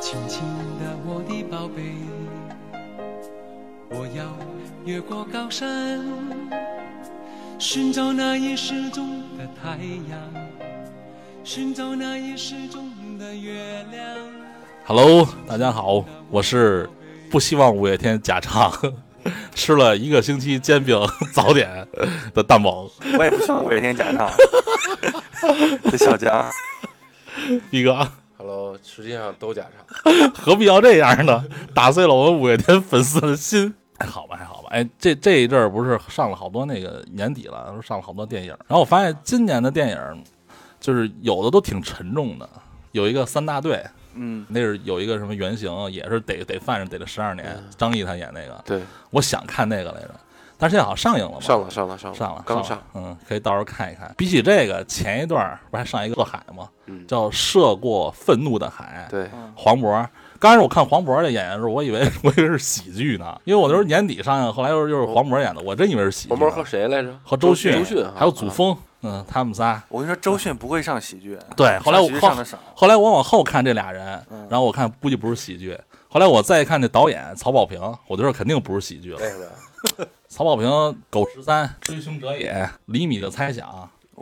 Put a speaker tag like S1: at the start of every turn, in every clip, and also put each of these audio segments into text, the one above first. S1: 亲亲的我的宝贝，我要越过高山，寻找那已失踪的太阳，寻找那已失踪的月亮。
S2: Hello，大家好，我是不希望五月天假唱， 吃了一个星期煎饼早点的蛋萌。
S3: 我也不希望我有一天 假唱。这小江，
S2: 一哥，
S4: Hello，实际上都假唱。
S2: 何必要这样呢？打碎了我们五月天粉丝的心。还好吧，还好吧。哎，这这一阵儿不是上了好多那个年底了，上了好多电影。然后我发现今年的电影，就是有的都挺沉重的。有一个三大队，
S3: 嗯，
S2: 那是有一个什么原型，也是逮逮犯人逮了十二年，张译他演那个，
S4: 对，
S2: 我想看那个来着，但是现在好像上映了嘛，
S4: 上了，上了，上了，
S2: 上了，
S4: 刚
S2: 上
S4: 上
S2: 了。，嗯，可以到时候看一看。比起这个，前一段儿不还上一个《海》吗？
S4: 嗯，
S2: 叫《涉过愤怒的海》，，
S4: 对，
S2: 黄渤。刚开始我看黄渤这演员的时候，我以为我以为是喜剧呢，因为我那时候年底上映，后来又又是黄渤演的，我真以为是喜剧
S4: 黄
S2: 呢。
S4: 渤和谁来着？
S2: 和周
S4: 周
S2: 迅，
S4: 周迅啊
S2: 还有祖，峰，嗯，他们仨。
S3: 我跟你说，周迅不会上喜剧，
S2: 对，后来我
S3: 上喜剧
S2: 后
S3: 上的少，
S2: 后来我往后看这俩人，
S4: 嗯
S2: 然后我看估计不是喜剧。后来我再一看这导演曹保平，我觉得肯定不是喜剧了。
S4: 为什么呀？
S2: 曹保平《狗十三》《追凶者也》《厘米的猜想》，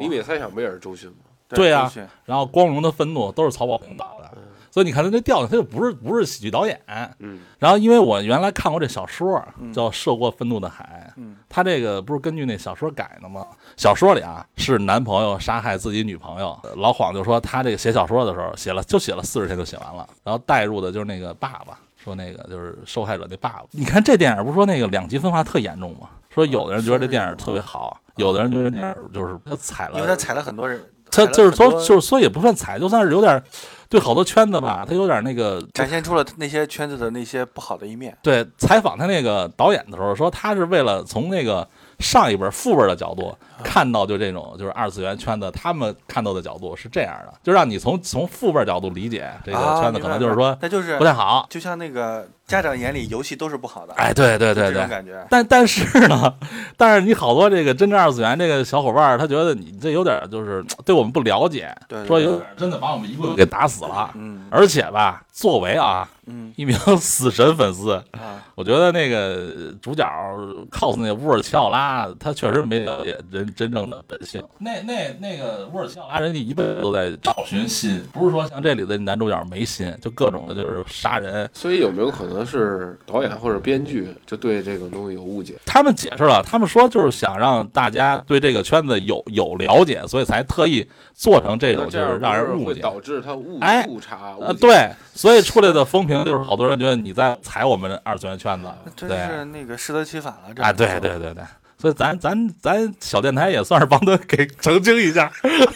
S4: 李米猜想不也是周迅吗？
S2: 对啊
S3: 周迅
S2: 然后《光荣的愤怒》都是曹保平导的，所以你看他这调性，他就不是不是喜剧导演。
S4: 嗯，
S2: 然后因为我原来看过这小说，
S3: 嗯
S2: 叫《涉过愤怒的海》，
S3: 嗯
S2: 他这个不是根据那小说改的吗？小说里啊是男朋友杀害自己女朋友，呃老晃就说他这个写小说的时候写了就写了四十天就写完了，然后带入的就是那个爸爸。说那个就是受害者那爸爸，你看这电影不是说那个两极分化特严重吗？说有的人觉得这电影特别好，有的人觉得这电影就是他踩了，
S3: 因为他踩了很多人，
S2: 他
S3: 踩了
S2: 就是
S3: 很
S2: 说
S3: 多
S2: 就是说也不算踩，就算是有点儿对好多圈子吧，他有点儿那个
S3: 展现出了那些圈子的那些不好的一面。
S2: 对采访他那个导演的时候说，他是为了从那个上一辈儿父辈儿的角度
S3: 啊
S2: 看到就这种就是二次元圈子他们看到的角度是这样的，就让你从从父辈儿角度理解这个
S3: 啊
S2: 圈子，
S3: 明
S2: 可
S3: 白
S2: 能就是
S3: 明白
S2: 说
S3: 那就是
S2: 不太好。
S3: 就像那个家长眼里游戏都是不好的，
S2: 哎，对对对
S3: 这种
S2: 对。
S3: 感觉。
S2: 但但是呢，但是你好多这个真正二次元这个小伙伴儿，他觉得你这有点儿就是对我们不了解，
S3: 对对
S2: 说
S3: 对
S2: 有点儿真的把我们一棍子给打死了。
S3: 嗯
S2: 而且吧，作为啊
S3: 嗯
S2: 一名死神粉丝，
S3: 啊，
S2: 我觉得那个主角 cos 那乌尔齐奥拉，他确实没了解人真正的本性。那那那个乌尔齐奥拉，人家一辈子都在找寻心，不是说像这里的男主角没心，就各种的就是杀人。
S4: 所以有没有可能是导演或者编剧就对这个东西有误解？
S2: 他们解释了，他们说就是想让大家对这个圈子有有了解，所以才特意做成这
S4: 这
S2: 种就
S4: 样
S2: 是让人
S4: 不
S2: 误
S4: 会
S2: 解。
S4: 导致他误
S2: 哎
S4: 误差。误
S2: 呃，
S4: 解，
S2: 对，所以出来的风评就是好多人觉得你在踩我们二次元圈子，
S3: 真
S2: 对
S3: 是那个适得其反了。这
S2: 啊，对对对对，所以咱咱咱小电台也算是帮他 给澄清一下。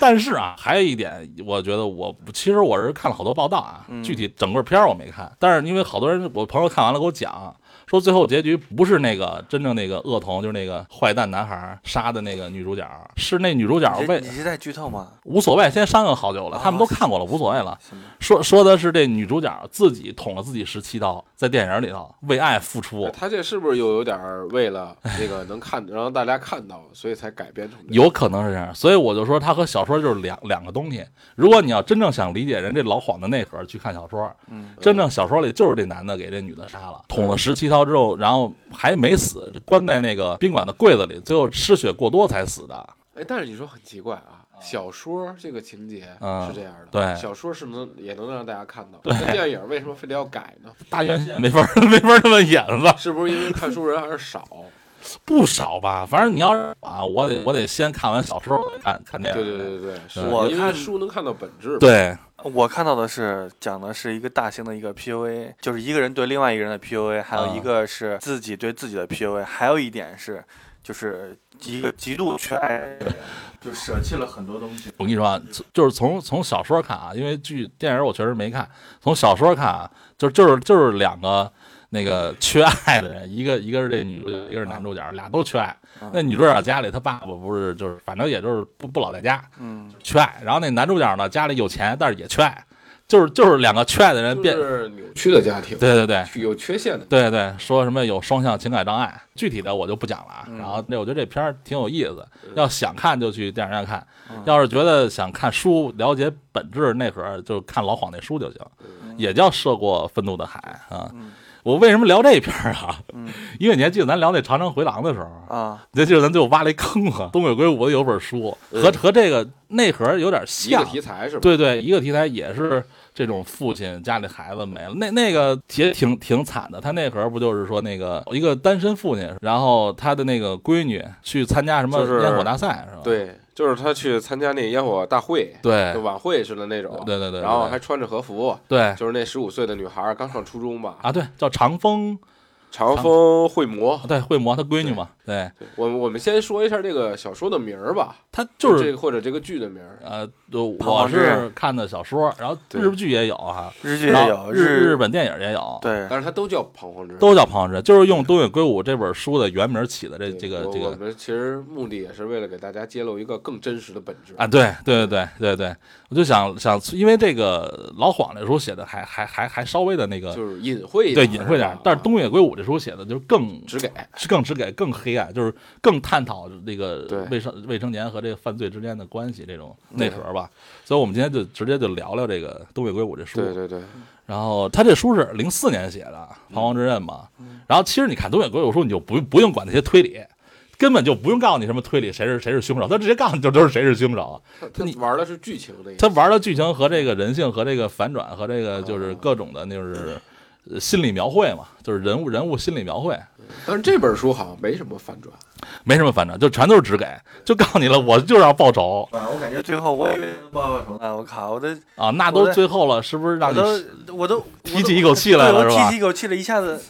S2: 但是啊，还有一点，我觉得我其实我是看了好多报道啊，
S3: 嗯
S2: 具体整个片儿我没看，但是因为好多人，我朋友看完了给我讲。说最后结局不是那个真正那个恶童，就是那个坏蛋男孩儿杀的那个女主角，是那女主角
S3: 你这啊
S2: 为
S3: 你是在剧透吗？
S2: 无所谓，先商量好久了，他们都看过了，无所谓了。
S3: 行吧
S2: 说说的是这女主角自己捅了自己十七刀，在电影里头为爱付出，
S4: 他这是不是又有点儿为了 那个能看让大家看到，所以才改编成这样？
S2: 有可能是这样，所以我就说它和小说就是两两个东西。如果你要真正想理解人这老晃的内核，去看小说，
S3: 嗯，
S2: 真正小说里就是这男的给这女的杀了，捅了十七刀之后，然后还没死，关在那个宾馆的柜子里，最后失血过多才死的。
S4: 哎，但是你说很奇怪啊，小说这个情节
S2: 嗯
S4: 是这样的，
S2: 对
S4: 小说是能也能让大家看到，那电影为什么非得要改呢？
S2: 大院线没法没法那么演了，
S4: 是不是因为看书人还是少？
S2: 不少吧？反正你要是啊，我得我得先看完小说，我再看看电
S4: 对
S2: 影。
S4: 对对对，是
S3: 我
S4: 因为
S3: 看
S4: 书能看到本质。，
S2: 嗯对
S3: 我看到的是讲的是一个大型的一个 PUA，就是一个人对另外一个人的 PUA，还有
S2: 啊
S3: 一个是自己对自己的 PUA，还有一点是就是一个极度缺爱的人，就舍弃了很多东西。
S2: 我跟你说啊，从就是从从小说看啊，因为剧电影我确实没看，从小说看啊，就就是就是两个那个缺爱的人，一个一个是这女主角，一个是男主角，俩都缺爱。
S4: 嗯
S2: 那女主角家里她爸爸不是就是反正也就是不不老在家，
S3: 嗯，
S2: 缺爱。然后那男主角呢，家里有钱，但是也缺爱，就是就是两个缺爱的人变，
S4: 就是扭曲的家庭，
S2: 对对对。
S4: 有缺陷的。
S2: 对对，说什么有双向情感障碍，具体的我就不讲了啊。
S4: 嗯
S2: 然后那我觉得这
S4: 嗯
S2: 片儿挺有意思，要想看就去电影院看，要是觉得想看书了解本质那盒儿就看老晃那书就行，
S4: 嗯
S2: 也叫涉过愤怒的海啊。我为什么聊这篇儿啊？
S4: 嗯
S2: 因为你还记得咱聊那长城回廊的时候，
S3: 啊，
S2: 你还记得咱最后挖了一坑吗？东北鬼谷子有本书，和和这个内核有点
S4: 一个
S2: 像，
S4: 题材是吧？
S2: 对对，一个题材也是这种父亲家里孩子没了，那那个也挺挺惨的。他那盒不就是说那个一个单身父亲，然后他的那个闺女去参加什么
S4: 就是
S2: 烟火大赛是吧？
S4: 对，就是他去参加那烟火大会，就
S2: 对
S4: 晚会似的那种，
S2: 对对对对
S4: 然后还穿着和服，
S2: 对
S4: 就是那十五岁的女孩儿刚上初中吧，
S2: 啊，对，叫长风，
S4: 长风会魔。
S2: 对惠魔他闺女嘛，对
S4: 我我们先说一下这个小说的名儿吧，
S2: 他就
S4: 这
S2: 是
S4: 个或者这个剧的名儿。
S2: 呃，就
S3: 彷
S2: 我
S3: 徨之
S2: 是看的小说，然后
S4: 对
S2: 日剧也有哈，
S3: 日剧也
S2: 然后
S3: 有
S2: 日日本电影也有，
S3: 对
S4: 但是它都叫彷徨之。
S2: 都叫彷徨之，就是用东野圭吾这本书的原名起的这
S4: 对
S2: 这个
S4: 我
S2: 这
S4: 我
S2: 个
S4: 们其实目的也是为了给大家揭露一个更真实的本质
S2: 啊，。对对对对对，我就想想，因为这个老晃这书写的还还还还稍微的那个，
S4: 就是隐晦一
S2: 对
S4: 点，
S2: 隐晦点儿
S4: 吧，
S2: 但是东野圭吾这书写的就更
S4: 只给
S2: 是更只给更黑暗，就是更探讨这
S4: 对
S2: 个未成未成年和这个犯罪之间的关系这种内核吧。所以我们今天就直接就聊聊这个东野圭吾这书。
S4: 对对对，
S2: 然后他这书是零四年写的《彷徨之刃》嘛，
S4: 嗯
S2: 然后其实你看东野圭吾书，你就不不用管那些推理。根本就不用告诉你什么推理，谁是谁是凶手，他直接告诉你就都是谁是凶手。
S4: 他他
S2: 你
S4: 玩的是剧情那一
S2: 他玩的剧情和这个人性和这个反转和这个就是各种的，就是呃心理描绘嘛，就是人物人物心理描绘，
S4: 但是这本书好像没什么反转，
S2: 没什么反转，就全都是只给，就告诉你了，我就要报仇
S3: 啊，我感觉最后我以为能爆爆虫呢，我靠，我都
S2: 啊！那都最后了，是不是
S3: 我
S2: 让你？
S3: 都我都
S2: 提起一口气来了
S3: 对我
S2: 是吧
S3: 提起一口气了，一下子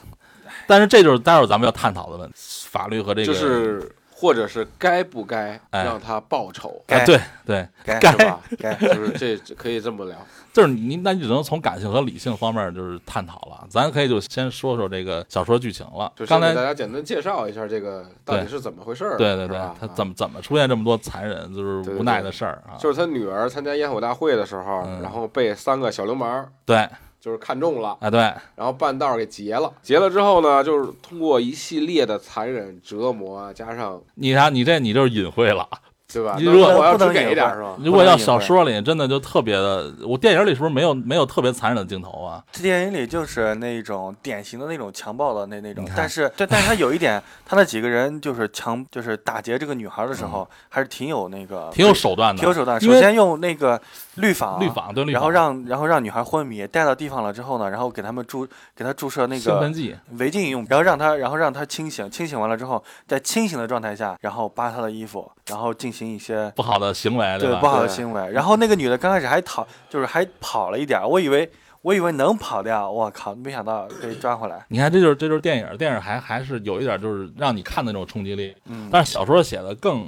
S2: 但是这就是待会儿咱们要探讨的问题，法律和这个
S4: 就是或者是该不该
S2: 哎
S4: 让他报 仇，
S2: 啊，
S3: 该
S2: 对对，
S3: 该
S2: 该
S4: 是吧？
S3: 该
S4: 就是这这可以这么聊，
S2: 就是你那你只能从感性和理性方面就是探讨了。咱可以就先说说这个小说剧情了
S4: 就。先
S2: 刚
S4: 给
S2: 才
S4: 大家简单介绍一下这个到底是怎么回事儿，
S2: 对对对
S4: 是吧，
S2: 他
S4: 啊
S2: 怎么怎么出现这么多残忍就是
S4: 对对
S2: 无奈的事儿啊？
S4: 就是他女儿参加烟火大会的时候，
S2: 嗯
S4: 然后被三个小流氓儿
S2: 对啊
S4: 就是看中了，
S2: 对，
S4: 然后半道儿给劫了。劫了之后呢，就是通过一系列的残忍折磨啊，加上
S2: 你啥？你这你就是隐晦 了。
S4: 对吧？
S2: 你
S4: 那
S2: 如果
S4: 我要
S3: 不能
S4: 只给
S3: 隐
S4: 一点
S3: 晦
S4: 是吧？
S2: 如果要小说里，真的就特别的，我电影里是不是没有没有特别残忍的镜头啊？
S3: 这电影里就是那种典型的那种强暴的那那种
S2: 你看，
S3: 但是但但是他有一点，他那几个人就是强就是打劫这个女孩的时候，还是挺有那个
S2: 嗯挺有手段的，
S3: 挺有手段。
S2: 因
S3: 首
S2: 为
S3: 先用那个绿法，
S2: 绿仿对绿
S3: 然后
S2: 仿，
S3: 让然后让女孩昏迷，带到地方了之后呢，然后给他们注给她注射那
S2: 兴奋
S3: 个
S2: 剂，
S3: 违禁用，然后让她然后让她清醒，清醒完了之后，在清醒的状态下，然后扒她的衣服，然后进行一些
S2: 不好的行为
S3: 对
S2: 吧？
S3: 不好的
S4: 对
S3: 行为。然后那个女的刚开始还逃，就是还跑了一点儿，我以为我以为能跑掉，我靠，没想到被抓回来。
S2: 你看，这就是这就是电影，电影还还是有一点就是让你看的那种冲击力，
S3: 嗯
S2: 但是小说写的更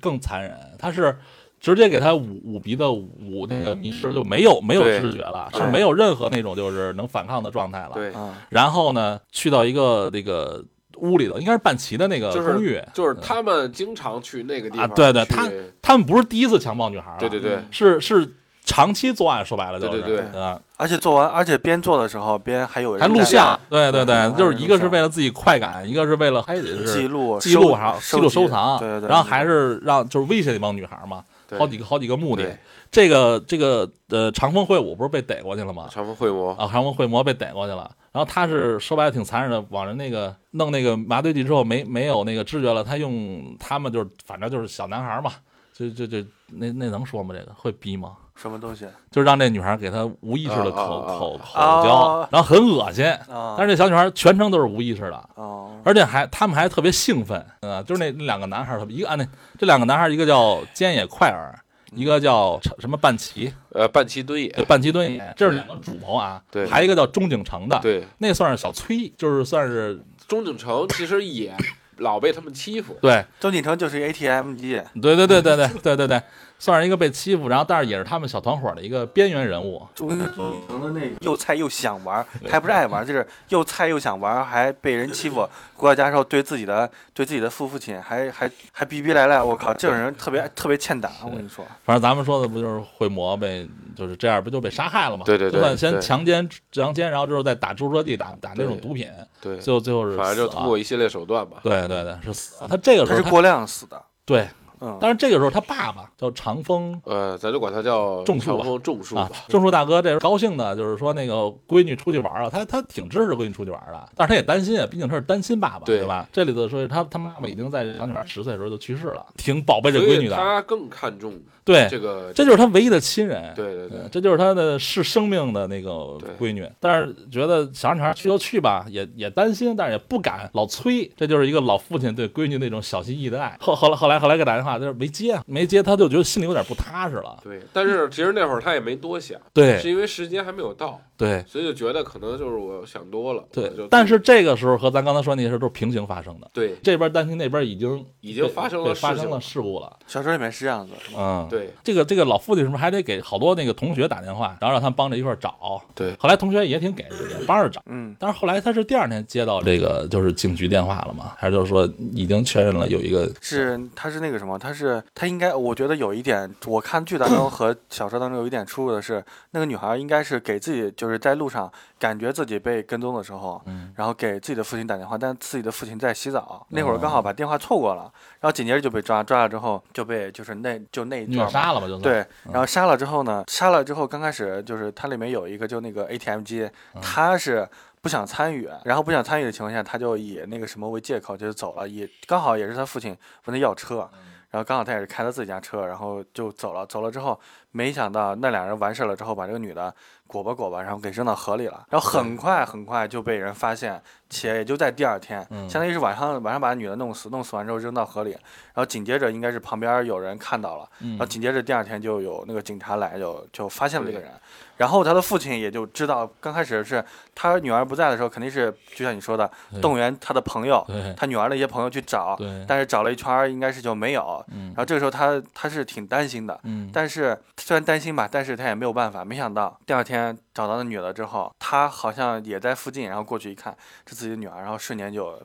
S2: 更残忍，它是直接给他捂捂鼻的捂那
S3: 嗯
S2: 个迷失，就没有没有
S4: 对
S2: 知觉了，
S4: 对
S2: 是没有任何那种就是能反抗的状态了。
S4: 对，
S3: 嗯，
S2: 然后呢，去到一个那个屋里头，应该是半旗的那个
S4: 就是
S2: 呃公寓，嗯
S4: 就是他们经常去那个地
S2: 啊
S4: 方去，
S2: 对对他他们不是第一次强暴女孩了，啊
S4: 对对对
S2: 是是长期作案，说白了就是
S4: 对对
S2: 对啊，
S3: 而且做完，而且边做的时候边还有人
S2: 还录
S3: 在
S2: 像，对对
S3: 对
S2: 对，
S3: 对
S2: 就是一个是
S3: 录像
S2: 为了自己快感，一个是为了还得
S3: 记
S2: 是
S3: 录
S2: 记录上记
S3: 上
S2: 录收
S3: 收
S2: 藏，
S3: 对对对，
S2: 然后还是让就是威胁那帮女孩嘛，
S4: 对
S2: 好几个好几个目的
S4: 对。
S2: 这个这个呃，长风会武不是被逮过去了吗？
S4: 长风会魔，
S2: 啊，长风会魔被逮过去了。然后他
S4: 嗯
S2: 是说白了挺残忍的，往人那个弄那个麻醉剂之后没没有那个知觉了，他用他们就是反正就是小男孩嘛，就就就那那能说吗？这个会逼吗？
S3: 什么东西
S2: 就是让这女孩给他无意识的
S4: 啊啊
S2: 口
S4: 啊
S2: 口口
S3: 啊
S2: 交，然后很恶心，
S3: 啊？
S2: 但是这小女孩全程都是无意识
S4: 啊
S2: 的，
S3: 哦，
S2: 而且还他们还特别兴奋，啊，就是那那两个男孩儿，他们一个啊那这两个男孩儿，一个叫菅野快儿，一个叫长什么半崎，
S4: 呃，半骑蹲也
S2: 对，，半崎敦也，这是两个主谋啊，
S4: 对
S2: 还有一个叫中井城的，，
S4: 对，
S2: 那算是小崔，就是算是
S4: 钟景城其实也老被他们欺负，
S2: 对，
S3: 周景城就是 ATM 机，
S2: 对对对对 对对对对，算是一个被欺负，然后但是也是他们小团伙的一个边缘人物，
S3: 周景城的那个又菜又想玩，还不是爱玩，就是又菜又想玩，还被人欺负。回到家之后，对自己的对自己的父父亲还还还逼逼赖赖，我靠，这种人特别特别欠打，我跟你说。
S2: 反正咱们说的不就是会魔被就是这样不就被杀害了嘛？
S4: 对对对
S2: 就算先
S4: 对
S2: 强奸强奸，然后之后再打注射地打打那种
S4: 对
S2: 毒品，
S4: 对，
S2: 最后最后是
S4: 反正就
S2: 死了
S4: 通过一系列手段吧，啊
S2: 对对对是死了，他这个时
S3: 他
S2: 候
S3: 是
S2: 他
S3: 过量死的，
S2: 对
S3: 嗯
S2: 但是这个时候他爸爸叫长风
S4: 呃，咱就管他叫
S2: 种树吧
S4: 长风种树
S2: 啊
S4: 吧。，
S2: 郑树大哥这时候高兴的，就是说那个闺女出去玩啊，他他挺支持闺女出去玩的，但是他也担心啊，毕竟他是单亲爸爸，
S4: 对
S2: 对吧？这里头说他他妈妈已经在小女孩十岁的时候就去世了，挺宝贝这
S4: 所以
S2: 闺女的，
S4: 他更看重
S2: 对，
S4: 这个，
S2: 这就是他唯一的亲人，
S4: 对对对
S2: 嗯这就是他的是生命的那个闺女，但是觉得小女孩去就去吧，也也担心，但是也不敢老催，这就是一个老父亲对闺女那种小心翼翼的爱。后后来后来后来给打电话，就是没接，啊没接，他就觉得心里有点不踏实了。
S4: 对。但是其实那会儿他也没多想，是
S2: 对
S4: 因为时间还没有到，
S2: 对
S4: 所以就觉得可能就是我想多了。我就
S2: 对，但是这个时候和咱刚才说那些事儿都是平行发生的，
S4: 对
S2: 这边担心那边已经
S4: 已经发生了
S2: 对发
S4: 事情
S2: 生
S4: 了
S2: 了事故了，
S3: 小说里面是这样子，
S2: 嗯，。
S4: 对
S2: 这个这个老父亲是不是还得给好多那个同学打电话，然后让他们帮着一块儿找？
S4: 对，
S2: 后来同学也挺给力的，帮着找。
S3: 嗯，
S2: 但是后来他是第二天接到这个就是警局电话了嘛，还是就是说已经确认了有一个
S3: 是他是那个什么，他是他应该，我觉得有一点，我看剧当中和小说当中有一点出入的是，那个女孩应该是给自己就是在路上感觉自己被跟踪的时候，
S2: 嗯哦
S3: 然后给自己的父亲打电话，但自己的父亲在洗澡，那会儿刚好把电话错过了，然后紧接着就被抓，抓了之后就被就是那就那一
S2: 虐
S3: 段嘛
S2: 杀了吧，就是
S3: 对，然后杀了之后呢，杀了之后刚开始就是它里面有一个就那个 ATM 机，他是不想参与，然后不想参与的情况下，他就以那个什么为借口就走了，也刚好也是他父亲问他要车，然后刚好他也是开他自己家车，然后就走了，走了之后没想到那俩人完事儿了之后，把这个女的裹吧裹吧，然后给扔到河里了，然后很快很快就被人发现，且也就在第二天，
S2: 嗯
S3: 相当于是晚上晚上把女的弄死，弄死完之后扔到河里，然后紧接着应该是旁边有人看到了。
S2: 嗯
S3: 然后紧接着第二天就有那个警察来，就就发现了这个人，然后他的父亲也就知道，刚开始是他女儿不在的时候，肯定是就像你说的，
S2: 对
S3: 动员他的朋友，
S2: 对
S3: 他女儿的一些朋友去找，
S2: 对，
S3: 但是找了一圈儿应该是就没有，
S2: 嗯
S3: 然后这个时候他他是挺担心的，
S2: 嗯，
S3: 但是虽然担心吧，但是他也没有办法。没想到第二天找到那女的之后，他好像也在附近，然后过去一看是自己的女儿，然后瞬间就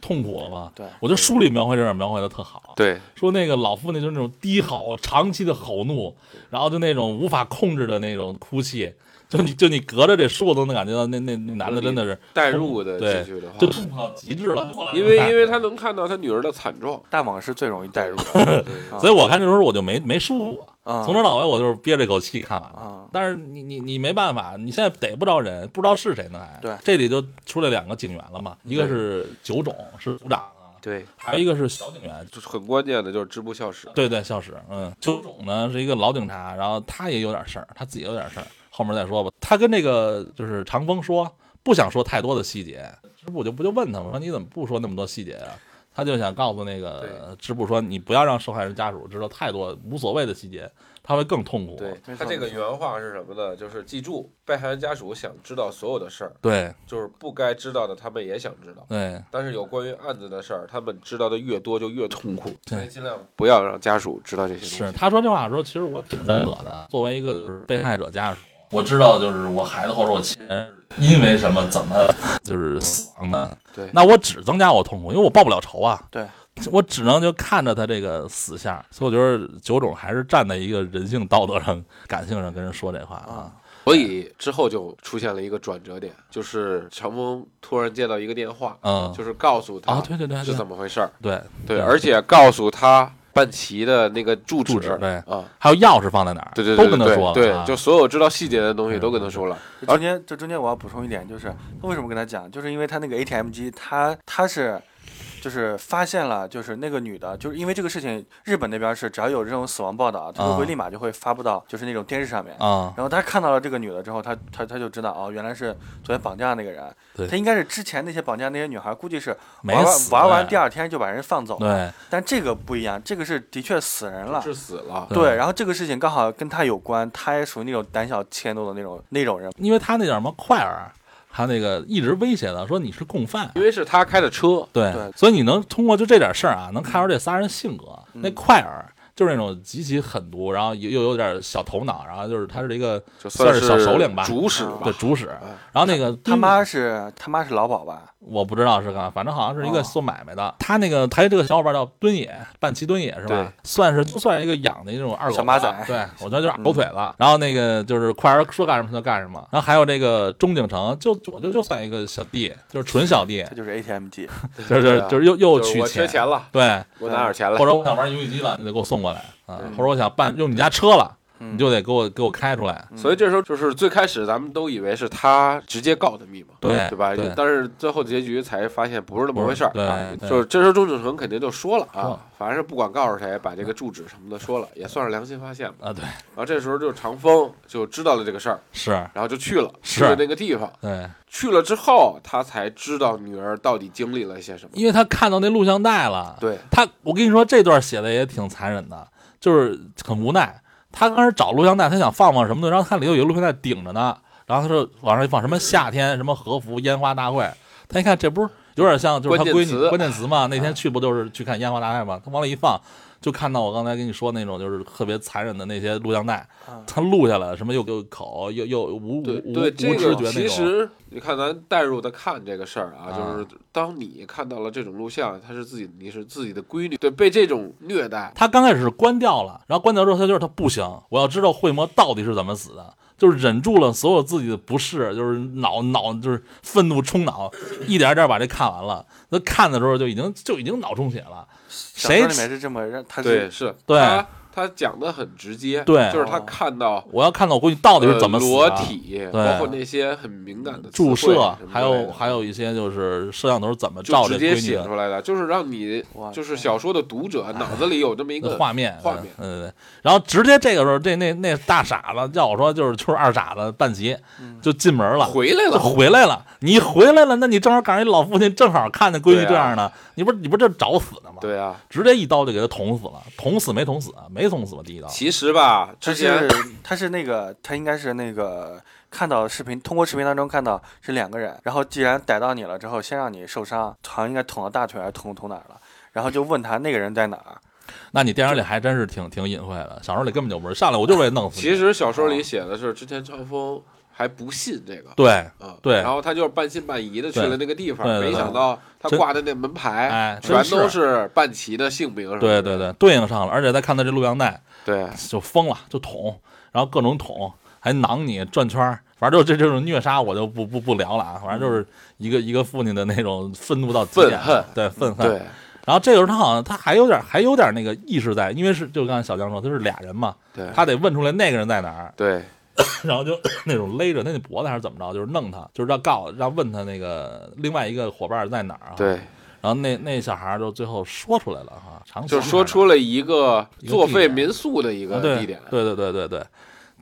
S2: 痛苦了吧？
S3: 对
S2: 我觉得书里描绘这段描绘的特好，
S4: 对
S2: 说那个老父亲就是那种低吼，长期的吼怒，然后就那种无法控制的那种哭泣，就你就你隔着这书我都能感觉到那那那男的真的是
S4: 代入的
S2: 对
S4: 进去的话，
S2: 就痛苦到极致了，
S4: 因为因为他能看到他女儿的惨 状，
S3: 但往是最容易带入的。啊
S2: 所以我看这时候我就没没舒服，
S3: 啊
S2: 从头到尾我就是憋着口气看完
S3: 啊
S2: 了。但是你你你没办法，你现在逮不着人，不知道是谁呢还。
S3: 对
S2: 这里就出来两个警员了嘛，一个是九种是组长啊，
S4: 对，
S2: 还有一个是小警员。
S4: 就是很关键的就是支部校史，
S2: 对对，校史，嗯，九种呢是一个老警察，然后他也有点事儿，他自己有点事儿，后面再说吧。他跟这个就是长风说，不想说太多的细节，支部就不就问他，我说你怎么不说那么多细节啊？他就想告诉那个支部说，你不要让受害人家属知道太多无所谓的细节，他会更痛苦。
S4: 对
S3: 没错
S4: 他这个原话是什么呢？就是记住，被害人家属想知道所有的事儿，
S2: 对
S4: 就是不该知道的他们也想知道，
S2: 对
S4: 但是有关于案子的事儿，他们知道的越多就越痛苦，
S2: 对
S4: 所以尽量不要让家属知道这些东
S2: 是
S4: 西。
S2: 他说这话的时候，其实我挺认可的。作为一个就是被害者家属，我知道就是我孩子或者我亲人因为什么怎么 就是死亡的，
S4: 对
S2: 那我只增加我痛苦，因为我报不了仇啊。
S3: 对，
S2: 我只能就看着他这个死相，所以我觉得九种还是站在一个人性道德上、 感性上跟人说这话啊。
S4: 所以之后就出现了一个转折点，就是长风突然接到一个电话，
S2: 嗯
S4: 就是告诉他
S2: 啊对对对对
S4: 是怎么回事儿，
S2: 对
S4: 对，而且告诉他办齐的那个住
S2: 住址对
S4: 啊。
S2: 还有钥匙放在哪儿，
S4: 对对
S2: 都
S4: 对
S2: 跟他
S4: 对
S2: 说了啊，哎
S4: 对，就所有知道细节的东西都跟他说了。
S3: 这中间这中间我要补充一点，就是他为什么跟他讲，就是因为他那个 ATM 机，他他是就是发现了，就是那个女的，就是因为这个事情，日本那边是只要有这种死亡报道，他就会
S2: 啊
S3: 立马就会发布到就是那种电视上面。
S2: 啊，
S3: 然后他看到了这个女的之后，他他他就知道哦，原来是昨天绑架那个人
S2: 对。
S3: 他应该是之前那些绑架那些女孩，估计是
S2: 没
S3: 玩完
S2: 死
S3: 玩完
S2: 对
S3: 第二天就把人放走了。
S2: 对
S3: 但这个不一样，这个是的确死人了，
S4: 是死了，
S2: 对
S3: 对。然后这个事情刚好跟他有关，他也属于那种胆小怯懦的那种那种人，
S2: 因为他那叫什么快儿，他那个一直威胁他说你是共犯
S4: 因，为是他开的车，
S2: 对，
S3: 对
S2: 所以你能通过就这点事儿啊，能看出这仨人性格。那快儿就是那种极其狠毒，然后又又有点小头脑，然后就是他是一个
S4: 就
S2: 算
S4: 是
S2: 是小首领吧嗯
S4: 主使
S2: 的
S4: 吧，
S2: 主使。然后那个嗯
S3: 他妈是他妈是劳保吧？
S2: 我不知道是干嘛，反正好像是一
S3: 哦
S2: 个做买卖的。他那个他这个小伙伴叫敦野，半旗敦野是
S4: 对
S2: 吧？算是就算是一个养的那种二狗
S3: 小马
S2: 吧
S3: 仔
S2: 对我觉得就是狗腿子。然后那个就是快人说干什么就干什么。然后还有这个钟景城，就我觉得就算一个小弟，就是纯小弟
S3: 这，就是 ATM 机，
S2: 就是
S4: 对
S2: 就是
S4: 啊
S2: 就是又又
S4: 就是
S2: 取
S4: 我缺钱了，
S2: 对，
S4: 我拿点钱来
S2: 或。者我想玩游戏机了，你得给我送过来啊，或者我想办用你家车了，
S3: 嗯
S2: 你就得给我给我开出来。
S4: 所以这时候就是最开始咱们都以为是他直接告的密嘛，
S2: 对
S4: 对吧
S2: 对？
S4: 但是最后结局才发现不是那么回事儿
S2: 不是
S4: 啊
S2: 对。对
S4: 就是这时候钟景成肯定就说了
S2: 说了
S4: 啊，反正是不管告诉谁，把这个住址什么的说了，也算是良心发现吧。
S2: 啊，对，
S4: 然后这时候就长风就知道了这个事儿，
S2: 是，
S4: 然后就去了，
S2: 是
S4: 去了那个地方。
S2: 对，
S4: 去了之后，他才知道女儿到底经历了些什么。
S2: 因为他看到那录像带了。
S4: 对，
S2: 他，我跟你说，这段写的也挺残忍的，就是很无奈。他刚开始找录像带，他想放放什么的，然后看里头有一个录像带顶着呢，然后他说往上一放，什么夏天，什么和服烟花大会，他一看这不是有点像就是他
S4: 关
S2: 闺
S4: 键
S2: 女
S4: 词嗯
S2: 关键词嘛？那天去不就是去看烟花大会嘛？他往里一放，就看到我刚才跟你说那种就是特别残忍的那些录像带，他录下来了，什么又又口又又无无
S4: 嗯对
S2: 无
S4: 对，
S2: 无
S4: 这
S2: 知
S4: 个
S2: 觉那
S4: 其
S2: 种，
S4: 实你看，咱带入的看这个事儿
S2: 啊
S4: 啊，就是当你看到了这种录像，她是自己，你是自己的闺女，对，被这种虐待，
S2: 他刚开始是关掉了，然后关掉之后他就是他不行，我要知道慧魔到底是怎么死的。就是忍住了所有自己的不适，就是脑脑就是愤怒冲脑，一点一点把这看完了。那看的时候就已经就已经脑充血了，
S3: 小说
S2: 谁
S3: 里面是这么让他
S4: 对，
S3: 是
S4: 是，
S2: 对
S4: 她她讲的很直接，
S2: 对
S4: 就是她看到
S2: 我要看到我闺女到底是怎么
S4: 呃
S2: 死的，
S4: 裸体，
S2: 对
S4: 包括那些很敏感的词
S2: 注
S4: 汇
S2: 射
S4: 什么之类，的
S2: 还有还有一些就是摄像头怎么
S4: 就
S2: 照
S4: 直
S2: 这
S4: 接
S2: 闺女
S4: 写
S2: 的
S4: 出来的，就是让你
S3: 哇
S4: 就是小说的读者脑子里有这么一
S2: 那
S4: 个
S2: 画面，
S4: 画面，
S2: 嗯，对对。然后直接这个时候，这那那大傻子，要我说就是就是二傻子半旗就进门了，
S4: 回来
S2: 就
S4: 了，
S2: 回来了。你回来了，那你正好赶上一老父亲，正好看见闺女
S4: 对啊
S2: 这样的，你不是你不是这找死的吗？，
S4: 对啊，
S2: 直接一刀就给他捅死了，捅死没捅死啊？没捅死吧？第一刀，
S4: 其实吧，
S3: 他
S4: 之前
S3: 是他是那个他应该是那个看到视频，通过视频当中看到是两个人，然后既然逮到你了之后，先让你受伤，好像应该捅到大腿还是捅捅哪儿了，然后就问他那个人在哪儿，
S2: 那你电影里还真是挺挺隐晦的，小说里根本就不是，上来我就为了弄死你。
S4: 其实小说里写的是之前张峰还不信这个。
S2: 对，
S4: 啊，
S2: 对
S4: 然后他就是半信半疑的去
S2: 对
S4: 了那个地方，
S2: 对对
S4: 没
S2: 对
S4: 想到他
S2: 真
S4: 挂的那门牌
S2: 哎
S4: 全
S2: 真
S4: 都
S2: 是
S4: 是半旗的姓名，
S2: 对对对，对应上了，而且再看他这录像带，
S4: 对，
S2: 就疯了，就捅，然后各种捅，还囊你转圈儿，反正就这这种虐杀我就不不不聊了啊，反正就是一个一个父亲的那种愤怒到极点
S4: 愤恨，
S2: 对愤恨。
S4: 对，
S2: 然后这个时候他好像他还有点还有点那个意识在，因为是就刚才小江说他是俩人嘛，
S4: 对
S2: 他得问出来那个人在哪儿，
S4: 对，
S2: 然后就那种勒着那脖子还是怎么着，就是弄他，就是要告让问他那个另外一个伙伴在哪儿啊？
S4: 对，
S2: 然后那那小孩儿就最后说出来了哈，长
S4: 就
S2: 崎
S4: 说
S2: 哪儿
S4: 出了一个
S2: 一个
S4: 作
S2: 地
S4: 废
S2: 点
S4: 民宿的一
S2: 啊
S4: 个
S2: 对
S4: 地点，
S2: 对对对对对，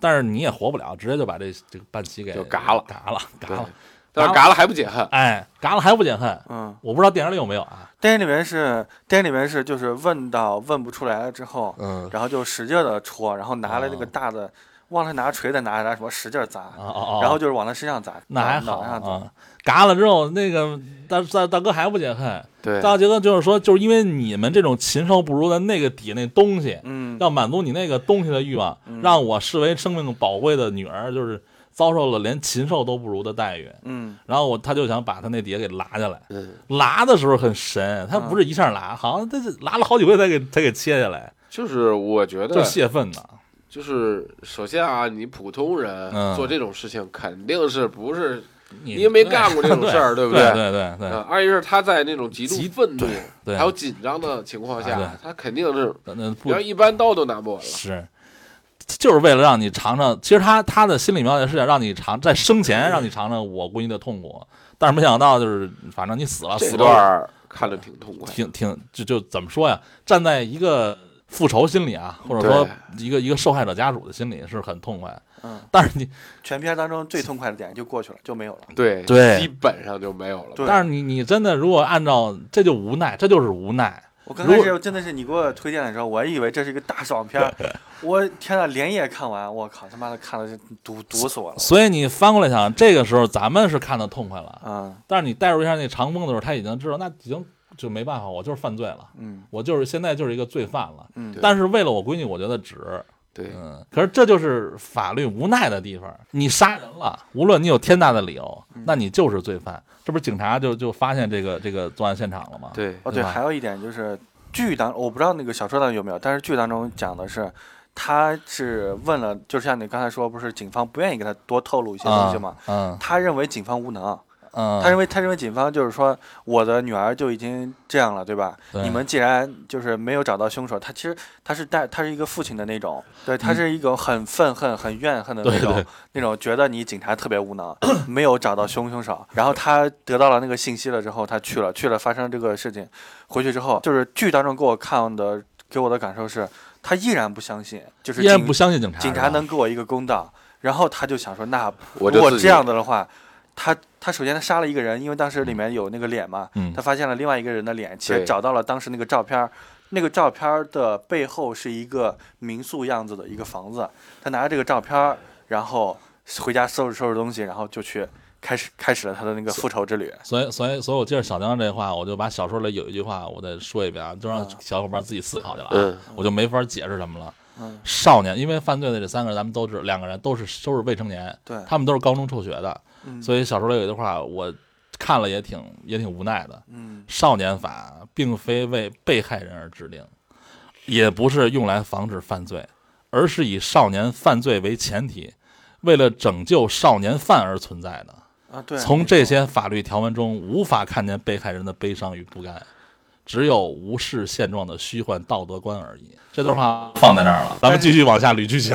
S2: 但是你也活不了，直接就把这这个半旗给
S4: 就嘎了
S2: 嘎了，嘎了，
S4: 但是嘎了还不解恨，
S2: 哎，嘎了还不减恨。
S3: 嗯，
S2: 我不知道电影里有没有啊？
S3: 电影里面是电影里面是就是问到问不出来了之后，
S2: 嗯
S3: 然后就使劲的戳，然后拿了那个
S2: 啊
S3: 大的，忘了拿锤子拿拿什么使劲儿砸，
S2: 啊啊啊！
S3: 然后就是往他身上砸，
S2: 那还好
S3: 往脑袋上砸，
S2: 啊，嘎了之后，那个大大大哥还不解恨。
S4: 对
S2: 大杰哥就是说，就是因为你们这种禽兽不如的那个底那东西，
S3: 嗯，
S2: 要满足你那个东西的欲望，
S4: 嗯
S2: 让我视为生命宝贵的女儿，就是遭受了连禽兽都不如的待遇。
S3: 嗯，
S2: 然后我他就想把他那底下给拉下来，
S4: 嗯，
S2: 拉的时候很神，他不是一下拉，好像他是拉了好几回才给才给切下来，
S4: 就是我觉
S2: 就
S4: 得
S2: 泄愤呢。
S4: 就是首先啊，你普通人
S2: 嗯
S4: 做这种事情肯定是不是
S2: 你
S4: 你也没干过这种 事儿
S2: 对
S4: 对不
S2: 对？
S4: 对
S2: 对对对
S4: 啊？二一是他在那种极度
S2: 极
S4: 愤怒
S2: 对
S4: 还有紧张的情况
S2: 啊
S4: 下
S2: 对，
S4: 他肯定是，
S2: 对，那
S4: 你
S2: 不
S4: 要一般刀都拿不稳了。
S2: 是，就是为了让你尝尝。其实他他的心理描写是想让你尝，在生 前让你尝尝我闺女的痛苦，但是没想到就是，反正你死了，
S4: 这
S2: 啊死
S4: 段
S2: 了，
S4: 儿看着挺痛快，
S2: 挺挺就就怎么说呀？站在一个复仇心理啊，或者说一个一个受害者家属的心理是很痛快。
S3: 嗯，
S2: 但是你
S3: 全片当中最痛快的点就过去了，就没有了。
S4: 对
S2: 对
S4: 基本上就没有了。
S3: 对
S2: 但是你你真的如果按照这就无奈，这就是无奈。
S3: 我刚
S2: 如
S3: 开
S2: 果
S3: 始真的是你给我推荐的时候，我还以为这是一个大爽片儿，我天呐，连夜看完，我靠，他妈的看的是毒毒死我了。
S2: 所以你翻过来想，这个时候咱们是看得痛快了，
S3: 嗯，
S2: 但是你带入一下那长风的时候，他已经知道那已经就没办法，我就是犯罪了，
S3: 嗯
S2: 我就是现在就是一个罪犯了。
S3: 嗯，
S2: 但是为了我闺女，我觉得值。
S4: 对，
S2: 嗯，可是这就是法律无奈的地方。你杀人了，无论你有天大的理由，
S3: 嗯
S2: 那你就是罪犯。这不是警察就就发现这个这个作案现场了吗？，
S4: 对，
S3: 哦，
S2: 对
S3: 对，
S2: 吧
S3: 还有一点就是剧当我不知道那个小说当中有没有，但是剧当中讲的是，他是问了，就像你刚才说，不是警方不愿意给他多透露一些东西吗？
S2: 嗯
S3: 他认为警方无能，
S2: 嗯，
S3: 他认为他认为警方就是说我的女儿就已经这样了，对吧？
S2: 对
S3: 你们既然就是没有找到凶手，他其实他是带他是一个父亲的那种，对他是一种很愤恨、很怨恨的那
S2: 嗯
S3: 种
S2: 对对
S3: 那种，觉得你警察特别无能，没有找到凶凶手。然后他得到了那个信息了之后，他去了去了，发生这个事情，回去之后就是剧当中给我看的给我的感受是，他依然不相信，就是
S2: 依然
S3: 警
S2: 不相信警察，
S3: 警察能给我一个公道。然后他就想说，那
S4: 我
S3: 如
S4: 就
S3: 果
S4: 自己
S3: 这样的的话，他他首先他杀了一个人，因为当时里面有那个脸嘛，
S2: 嗯
S3: 他发现了另外一个人的脸，且
S4: 对
S3: 找到了当时那个照片儿，那个照片儿的背后是一个民宿样子的一个房子，他拿着这个照片儿，然后回家收拾收拾东西，然后就去开始开始了他的那个复仇之旅。
S2: 所以，所以，所以我接着小江这话，我就把小说里有一句话，我再说一遍啊，就让小伙伴自己思考去了、啊，
S4: 嗯
S2: 我就没法解释什么了。
S3: 嗯
S2: 少年，因为犯罪的这三个人，咱们都是两个人，都是都是未成年，
S3: 对
S2: 他们都是高中辍学的，
S3: 嗯
S2: 所以小说里有一句话，我看了也挺也挺无奈的。
S3: 嗯，
S2: 少年法并非为被害人而制定，也不是用来防止犯罪，而是以少年犯罪为前提，为了拯救少年犯而存在的。
S3: 啊，对，
S2: 从这些法律条文中无法看见被害人的悲伤与不甘，只有无视现状的虚幻道德观而已。这段话放在那儿了，咱们继续往下捋剧情。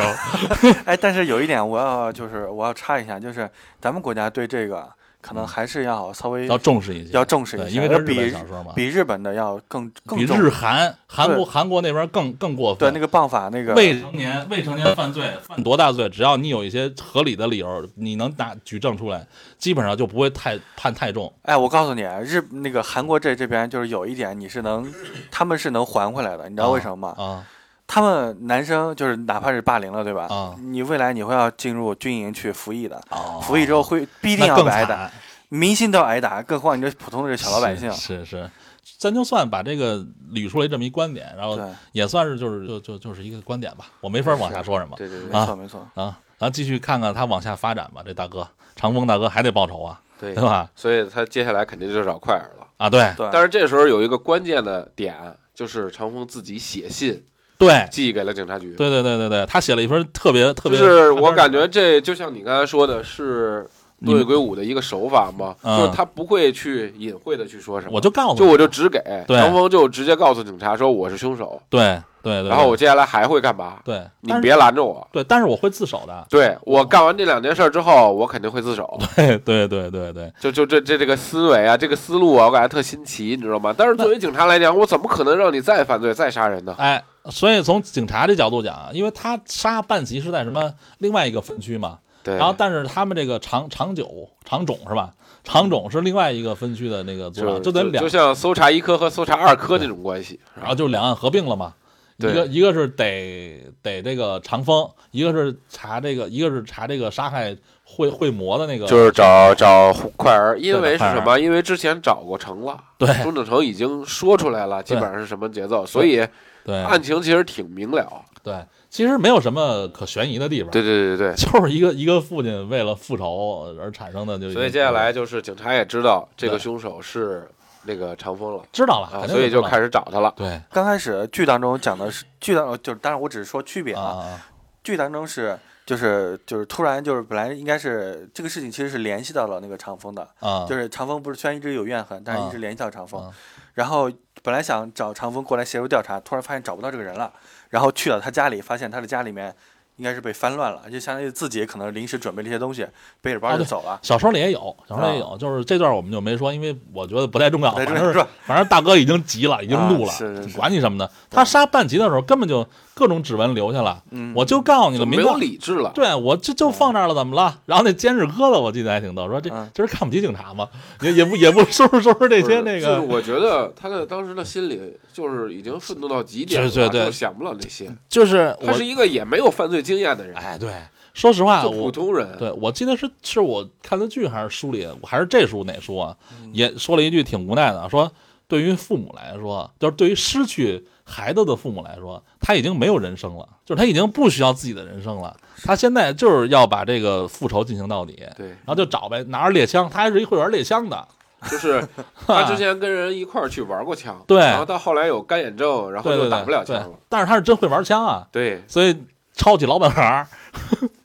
S3: 哎，但是有一点我要就是我要插一下，就是咱们国家对这个可能还是要稍微
S2: 嗯要重视一些，
S3: 要重视一下，
S2: 对，因为这是日
S3: 比
S2: 本小说嘛，
S3: 比日本的要更更
S2: 比
S3: 重
S2: 日韩、韩
S3: 对
S2: 国、韩国那边更更过
S3: 对
S2: 分。
S3: 那个棒法那个
S2: 未成年未成年犯罪犯多大罪，只要你有一些合理的理由，你能拿举证出来，基本上就不会太判太重。
S3: 哎，我告诉你，日那个韩国这这边就是有一点，你是能，他们是能还回来的，你知道为什么吗？
S2: 啊
S3: 他们男生就是哪怕是霸凌了，对吧？
S2: 啊
S3: 你未来你会要进入军营去服役的，
S2: 啊
S3: 服役之后会必定
S2: 那
S3: 要
S2: 更
S3: 被挨打，
S2: 惨。
S3: 明星都要挨打，更何况你这普通的这小老百姓。
S2: 是是是，咱就算把这个捋出来这么一观点，然后
S3: 对
S2: 也算是就是就就就是一个观点吧，我没法往下说什么
S4: 对对对
S3: 没错没错，
S2: 啊。咱继续看看他往下发展吧，这大哥长风大哥还得报仇啊，
S4: 对
S2: 对，吧？
S4: 所以他接下来肯定就找快尔了。
S2: 啊，对
S3: 对，
S4: 但是这时候有一个关键的点，就是长风自己写信
S2: 对
S4: 寄给了警察局。
S2: 对对对对对，他写了一份特别特
S4: 就
S2: 别，
S4: 是我感觉这就像你刚才说的是
S2: 你
S4: 东野圭吾的一个手法嘛，
S2: 嗯
S4: 就是他不会去隐晦的去说什么，
S2: 我就告诉
S4: 就
S2: 你，
S4: 我就只给
S2: 对
S4: 长风就直接告诉警察说我是凶手，
S2: 对对对，
S4: 然后
S2: 对
S4: 我接下来还会干嘛？
S2: 对，
S4: 你
S2: 但是
S4: 别拦着我。
S2: 对，但是我会自首 的，
S4: 对我干完这两件事儿之后，我肯定会自首。
S2: 对对对对对，
S4: 就就这这这个思维啊，这个思路啊，我感觉特新奇，你知道吗？但是作为警察来讲，我怎么可能让你再犯罪、再杀人呢？
S2: 哎，所以从警察这角度讲，啊因为他杀半旗是在什么另外一个分区嘛，
S4: 对，
S2: 然后但是他们这个长长久长种是吧？长种是另外一个分区的那个组
S4: 就
S2: 长，就等于两
S4: 就，像搜查一科和搜查二科那种关系，是
S2: 然
S4: 吧
S2: 后就两岸合并了嘛。一
S4: 对
S2: 个一个是逮逮这个长风，一个是查这个，一个是查这个杀害会会魔的那个，
S4: 就是找找快儿，因为是什
S2: 对快
S4: 么？因为之前找过成了，
S2: 对
S4: 钟正成已经说出来了，基本上是什么节奏，所以
S2: 对
S4: 案情其实挺明了。
S2: 对，其实没有什么可悬疑的地方，
S4: 对对对对
S2: 就是一个一个父亲为了复仇而产生的就已经，
S4: 对，所以接下来就是警察也知道这个
S2: 对
S4: 凶手是那个长风了
S2: 知道了，
S4: 啊，
S2: 肯定
S4: 所以就
S2: 知道
S4: 开始找他了。
S2: 对
S3: 刚开始剧当中讲的是剧当呃就是，当然我只是说区别
S2: 啊
S3: 啊，
S2: 啊，
S3: 剧当中是就是就是突然就是本来应该是这个事情其实是联系到了那个长风的，
S2: 啊
S3: 就是长风不是虽然一直有怨恨，但是一直联系到长风
S2: 啊。
S3: 然后本来想找长风过来协助调查，突然发现找不到这个人了，然后去了他家里，发现他的家里面应该是被翻乱了，就相当于自己可能临时准备了一些东西，背着包
S2: 哦
S3: 就
S2: 对
S3: 走了。
S2: 小说里也有，小说里也有，就是这段我们就没说，因为我觉得不太重要。
S3: 不太
S2: 反
S3: 重
S2: 正
S3: 要是吧
S2: 反正大哥已经急了，已经怒了，
S3: 是是是
S2: 管你什么的。他杀半旗的时候根本就各种指纹留下了，
S3: 嗯
S2: 我就告诉你
S4: 就
S2: 了，
S4: 没
S2: 民
S4: 有
S2: 国。
S4: 理智了，
S2: 对，我这就放这儿了，怎么了？然后那监视科的，我记得还挺逗，说这
S3: 嗯
S2: 这是看不起警察吗？也也不也不收拾收拾这
S4: 不是
S2: 些那
S4: 就是
S2: 个，
S4: 我觉得他的当时的心里就是已经愤怒到极点了，
S2: 对对对
S4: 就想不了那些。
S2: 就是
S4: 他
S2: 我
S4: 是一个也没有犯罪经验的人，
S2: 哎，对，说实话，
S4: 就
S2: 我
S4: 普通人。
S2: 对，我记得是
S4: 嗯
S2: 是我看的剧还是书里，还是这书哪书啊？也说了一句挺无奈的，说对于父母来说，就是对于失去孩子的父母来说，他已经没有人生了，就是他已经不需要自己的人生了，他现在就是要把这个复仇进行到底。
S4: 对，
S2: 然后就找呗，拿着猎枪，他还是一会员猎枪的，
S4: 就是 他之前跟人一块儿去玩过枪，
S2: 对
S4: 然后到后来有干眼症，然后
S2: 对对
S4: 就
S2: 对，
S4: 打不了枪
S2: 对
S4: 了，
S2: 但是他是真会玩枪啊，
S4: 对，
S2: 所以抄起老本行儿，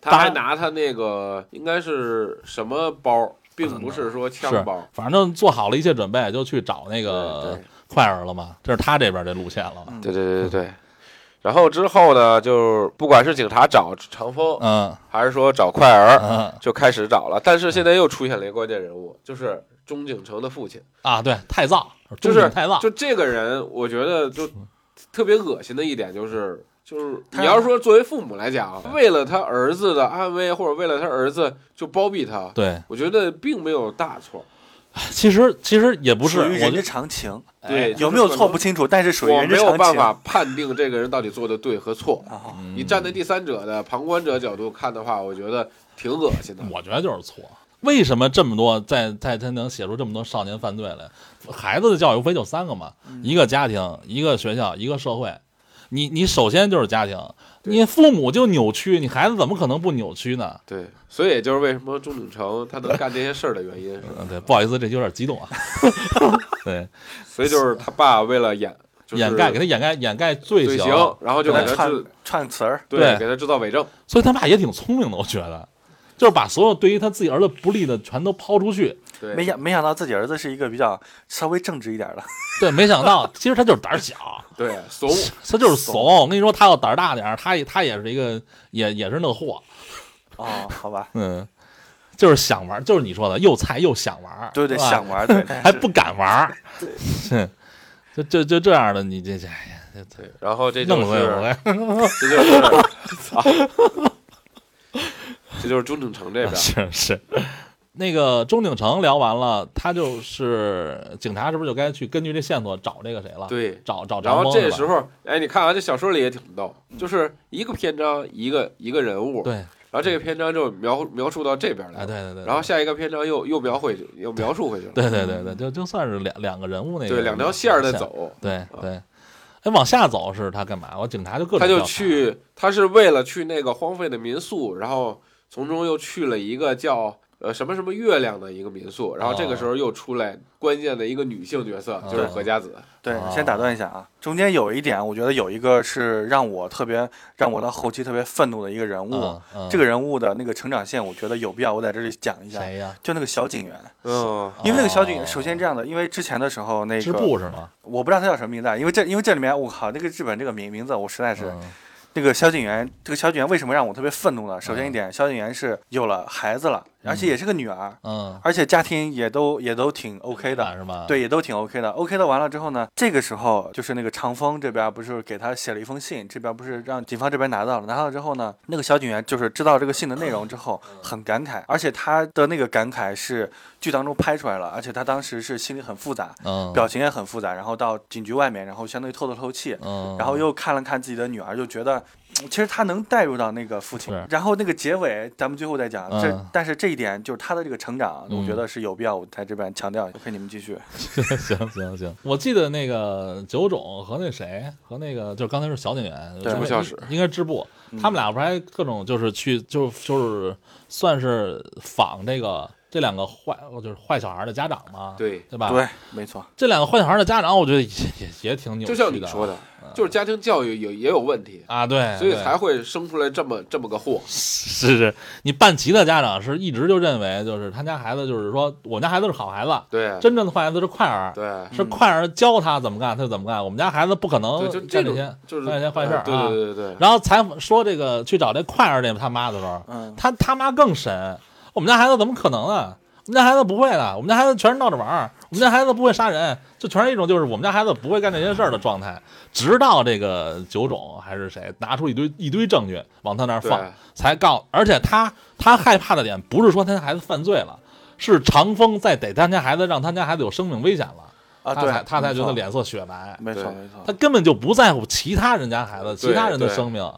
S4: 他还拿他那个应该是什么包，
S2: 呃
S4: 并不是说枪包，
S2: 反正做好了一切准备，就去找那
S4: 对
S2: 个
S4: 对
S2: 快儿了嘛，这是他这边这路线了嘛。
S3: 嗯
S4: 对对对对对。然后之后呢，就是不管是警察找长风，
S2: 嗯
S4: 还是说找快儿，
S2: 嗯
S4: 就开始找了。但
S3: 嗯
S4: 是现在又出现了一个关键人物，就是钟景城的父亲。
S2: 啊，对，太燥，
S4: 就
S2: 中
S4: 是
S2: 景太燥，
S4: 就这个人，我觉得就特别恶心的一点就是，就是
S3: 他
S4: 你要说作为父母来讲，为了他儿子的安危，或者为了他儿子就包庇他，
S2: 对，
S4: 我觉得并没有大错。
S2: 其实其实也不是，
S3: 属于
S2: 我
S3: 人
S2: 就
S3: 之常情，
S4: 对，
S3: 哎有没有错不清楚，但是属于
S4: 我
S3: 人
S4: 没
S3: 之
S4: 有
S3: 常
S4: 办
S3: 情。
S4: 法判定这个人到底做的对和错。
S3: 啊，
S2: 嗯
S4: 你站在第三者的旁观者角度看的话，我觉得挺恶心的。
S2: 我觉得就是错。为什么这么多在在他能写出这么多少年犯罪来？孩子的教育无非就三个嘛，
S4: 嗯
S2: 一个家庭，一个学校，一个社会。你你首先就是家庭，你父母就扭曲，你孩子怎么可能不扭曲呢？
S4: 对，所以也就是为什么钟景城他能干这些事儿的 原因是吧，
S2: 嗯，对，不好意思，这有点激 动啊。对，
S4: 所以就是他爸为了掩就是
S2: 掩盖给他掩盖掩盖罪
S4: 罪
S2: 行，
S4: 行，然后就给
S3: 来
S4: 他
S3: 串
S4: 制
S3: 串词儿，
S2: 对
S4: 给他制造伪证。
S2: 所以他爸也挺聪明的，我觉得，就是把所有对于他自己儿子不利的全都抛出去。
S4: 对，
S3: 没想没想到自己儿子是一个比较稍微正直一点儿的，
S2: 对，没想到，其实他就是胆儿小，
S4: 对怂，
S2: 他就是怂。我跟你说，他要胆儿大点儿，他也他也是一个也也是那货，
S3: 哦，好吧，
S2: 嗯， 就是想玩儿，就是你说的又菜又想玩儿，
S3: 对对，
S2: 是吧
S3: 想玩 儿，对，
S2: 还不敢玩 儿，哼就就就这样的，你这这哎呀这这
S4: 对，然后这就
S2: 弄死
S4: 是
S2: 我呀！
S4: 这就是， 操，这就是钟景城这边
S2: 啊是是，那个钟景城聊完了，他就是警察，是不是就该去根据这线索找这个谁了？，
S4: 对。
S2: 找找
S4: 然
S2: 张
S4: 后
S2: 峰。
S4: 这
S2: 是
S4: 时
S2: 吧
S4: 候，哎，你看啊，这小说里也挺逗，就是一个篇章一个一个人物，
S2: 对，
S4: 然后这个篇章就描描述到这边来
S2: 哎，对
S4: 了，
S2: 对对，
S4: 然后下一个篇章又又描绘又描述回去了，
S2: 对对对对，就就算是两两个人物那个
S4: 对，两条线儿在，走，
S2: 对对。哎，往下走是他干嘛？我警察就各种
S4: 他就
S2: 调查
S4: 去，他是为了去那个荒废的民宿，然后从中又去了一个叫呃什么什么月亮的一个民宿，然后这个时候又出来关键的一个女性角色，
S2: 哦
S4: 就是何家子。
S3: 对
S2: 啊，
S3: 先打断一下啊，中间有一点，我觉得有一个是让我特别让我到后期特别愤怒的一个人物，
S2: 嗯嗯
S3: 这个人物的那个成长线，我觉得有必要我在这里讲一下，
S2: 谁哦呀？
S3: 就那个小警员，
S4: 嗯，
S3: 因为那个小警
S2: 哦
S3: 员，首先这样的，因为之前的时候那
S2: 织
S3: 个
S2: 布是吗？
S3: 我不知道他叫什么名字，啊，因为这因为这里面我靠，那个日本这个名名字我实在是
S2: 嗯
S3: 这个小警员，这个小警员为什么让我特别愤怒呢？
S2: 嗯
S3: 首先一点，小警员是有了孩子了，而且也是个女儿，
S2: 嗯，
S3: 而且家庭也都也都挺 OK 的，
S2: 的是吗？
S3: 对，也都挺 OK 的。OK 的完了之后呢，这个时候就是那个长风这边不是给他写了一封信，这边不是让警方这边拿到了，拿到之后呢，那个小警员就是知道这个信的内容之后
S2: 嗯
S3: 很感慨，而且他的那个感慨是剧当中拍出来了，而且他当时是心里很复杂，
S2: 嗯，
S3: 表情也很复杂，然后到警局外面，然后相当于透了透气。
S2: 嗯，
S3: 然后又看了看自己的女儿，就觉得，嗯其实他能带入到那个父亲
S2: 是。
S3: 然后那个结尾，咱们最后再讲。这
S2: 嗯，
S3: 但是这一点就是他的这个成长，我觉
S2: 嗯
S3: 得是有必要我在这边强调。OK，你们继续。
S2: 行行行，我记得那个九种和那谁和那个就是刚才是小警员，
S3: 对
S2: 是不是
S4: 小史
S2: 应该是织布，
S3: 嗯
S2: 他们俩不是还各种就是去就就是算是仿这个这两个坏就是坏小孩的家长嘛，
S4: 对，
S2: 对吧？，
S3: 对，没错，
S2: 这两个坏小孩的家长，我觉得也也也挺扭曲的，
S4: 就像你说的，就是家庭教育有也有问题，
S2: 啊，对，
S4: 所以
S2: 对
S4: 才会生出来这么这么个货。
S2: 是是，你半旗的家长是一直就认为就是他家孩子就是说我们家孩子是好孩子，
S4: 对，
S2: 真正的坏孩子是快儿，
S4: 对，嗯
S2: 是快儿教他怎么干他就怎么干，我们家孩子不可能
S4: 对，就这
S2: 干
S4: 种
S2: 这些
S4: 就是呃
S2: 干这些坏事儿啊，
S4: 对对对对对，
S2: 然后采访说这个去找这快儿那他妈的时候，
S3: 嗯，
S2: 他他妈更神，我们家孩子怎么可能啊？我们家孩子不会的，我们家孩子全是闹着玩儿，我们家孩子不会杀人，就全是一种就是我们家孩子不会干这些事儿的状态。直到这个九种还是谁拿出一堆一堆证据往他那儿放
S4: 对，
S2: 才告。而且他他害怕的点不是说他家孩子犯罪了，是长风在逮他家孩子，让他家孩子有生命危险了，
S3: 啊，
S2: 他
S3: 对
S2: 才，他才
S3: 没
S2: 觉得
S3: 错，
S2: 脸色雪白。
S3: 没错
S4: 对
S3: 没错
S2: 他，根本就不在乎其他人家孩子、
S4: 对
S2: 其他人的
S4: 对
S2: 生命，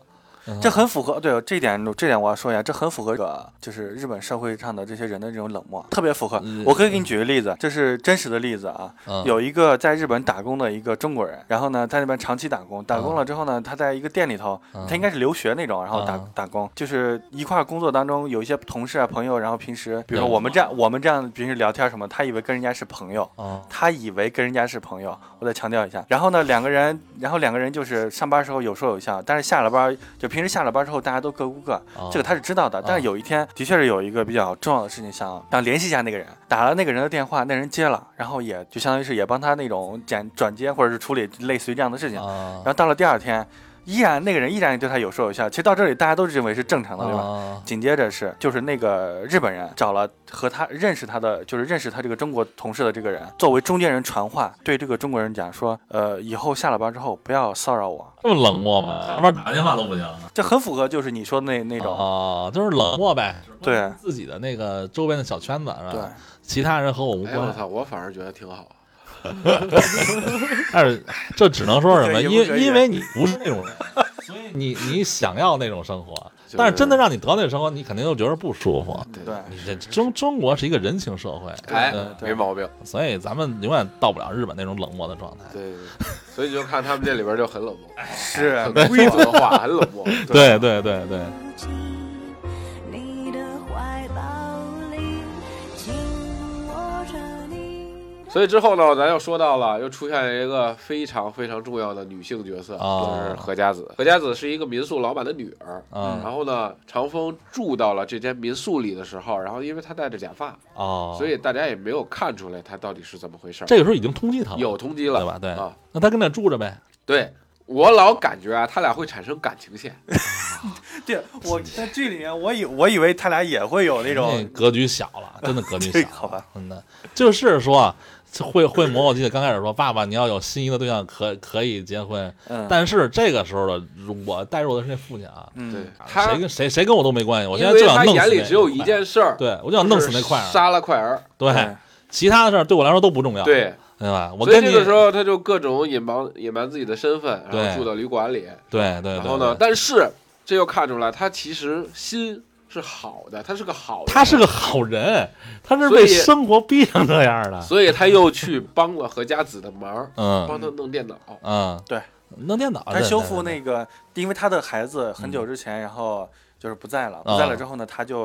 S3: 这很符合，对这一点，这点我要说一下，这很符合这个就是日本社会上的这些人的这种冷漠，特别符合
S2: 嗯。
S3: 我可以给你举个例子，这是真实的例子啊。
S2: 嗯
S3: 有一个在日本打工的一个中国人，然后呢，在那边长期打工，打工了之后呢，他在一个店里头，
S2: 嗯
S3: 他应该是留学那种，然后打
S2: 嗯
S3: 打工，就是一块儿工作当中有一些同事啊、朋友，然后平时比如说
S2: 对
S3: 我们这样，我们这样平时聊天什么，他以为跟人家是朋友，
S2: 啊
S3: 他以为跟人家是朋友，我再强调一下。然后呢，两个人，然后两个人就是上班时候有说有笑，但是下了班就平时下了班之后大家都各顾各，
S2: 啊
S3: 这个他是知道的。但是有一天的确是有一个比较重要的事情想想联系一下那个人，打了那个人的电话，那人接了，然后也就相当于是也帮他那种转转接或者是处理类似于这样的事情。
S2: 啊
S3: 然后到了第二天，依然那个人依然对他有说有笑，其实到这里大家都认为是正常的，对吧？
S2: 啊
S3: 紧接着是就是那个日本人找了和他认识他的，就是认识他这个中国同事的这个人作为中间人传话，对这个中国人讲说，呃，以后下了班之后不要骚扰我，
S2: 这么冷漠
S3: 啊
S2: 吗？上面打电话都不行啊
S3: 这很符合就是你说的那那种，
S2: 啊，就是冷漠呗，
S3: 对
S2: 自己的那个周边的小圈子是
S3: 对
S2: 吧？其他人和我无
S4: 哎我
S2: 关。
S4: 操，我反而觉得挺好。
S2: 但是哎这只能说什么？
S3: 不可以
S2: 因
S3: 不可以
S2: 因为你不是那种 人，所以你你想要那种生活，
S4: 是
S2: 但是真的让你得到那种生活，你肯定就觉得不舒服。
S4: 对
S3: 对，
S2: 你这中中国是一个人情社会，
S4: 哎
S2: 嗯，
S4: 没毛病。
S2: 所以咱们永远到不了日本那种冷漠的状态。
S4: 对，对对所以你就看他们这里边就很冷漠，
S3: 是
S4: 很规则化，很冷 漠。
S2: 哎对对对对，
S5: 进你的怀抱里，紧握着你。
S4: 所以之后呢，咱又说到了，又出现了一个非常非常重要的女性角色，
S2: 哦
S4: 就是何家子。何家子是一个民宿老板的女儿。
S2: 嗯
S4: 然后呢，长风住到了这间民宿里的时候，然后因为她戴着假发，
S2: 哦，
S4: 所以大家也没有看出来她到底是怎么回事儿。
S2: 这个时候已经通缉他了，
S4: 有通缉了，
S2: 对吧？对
S4: 啊，，
S2: 那他跟那住着呗。
S4: 对我老感觉啊，他俩会产生感情线。
S3: 对，我在剧里面我以我以为他俩也会有那
S2: 那
S3: 种，
S2: 格局小了，真的格 局小
S3: 这
S2: 了，
S3: 个好吧？
S2: 真的就是说，啊会会磨。我记得刚开始说，爸爸你要有心仪的对象可可以结婚，
S3: 嗯
S2: 但是这个时候的我带入的是那父亲啊，
S4: 对
S3: 嗯，
S4: 他，
S2: 谁跟谁谁跟我都没关系，我现
S4: 因
S2: 在
S4: 为
S2: 就想
S4: 他
S2: 弄死
S4: 眼里
S2: 那
S4: 只有一件事
S2: 块
S4: 儿，
S2: 儿，对我就想弄死那块
S4: 块
S2: 儿，
S4: 杀了快儿。
S2: 对，其他的事儿对我来说都不重要，对
S4: 对，
S2: 吧？我
S4: 所以
S2: 跟
S4: 这
S2: 你
S4: 个时候他就各种隐瞒隐瞒自己的身份，然
S2: 对
S4: 后住到旅馆里。
S2: 对对对，
S4: 然后呢，
S2: 对，
S4: 但是这又看出来，他其实心是好的，他是个好人，
S2: 他是个好人，他是
S4: 所
S2: 被
S4: 以
S2: 生活逼成这样的，
S4: 所以他又去帮了何家子的忙，帮
S2: 嗯
S4: 他弄电脑。
S2: 嗯，
S3: 对，
S2: 弄电脑
S3: 他修复
S2: 对
S3: 那个，因为他的孩子很久之前，然后就是不在了，
S2: 啊
S3: 不在了之后呢，他就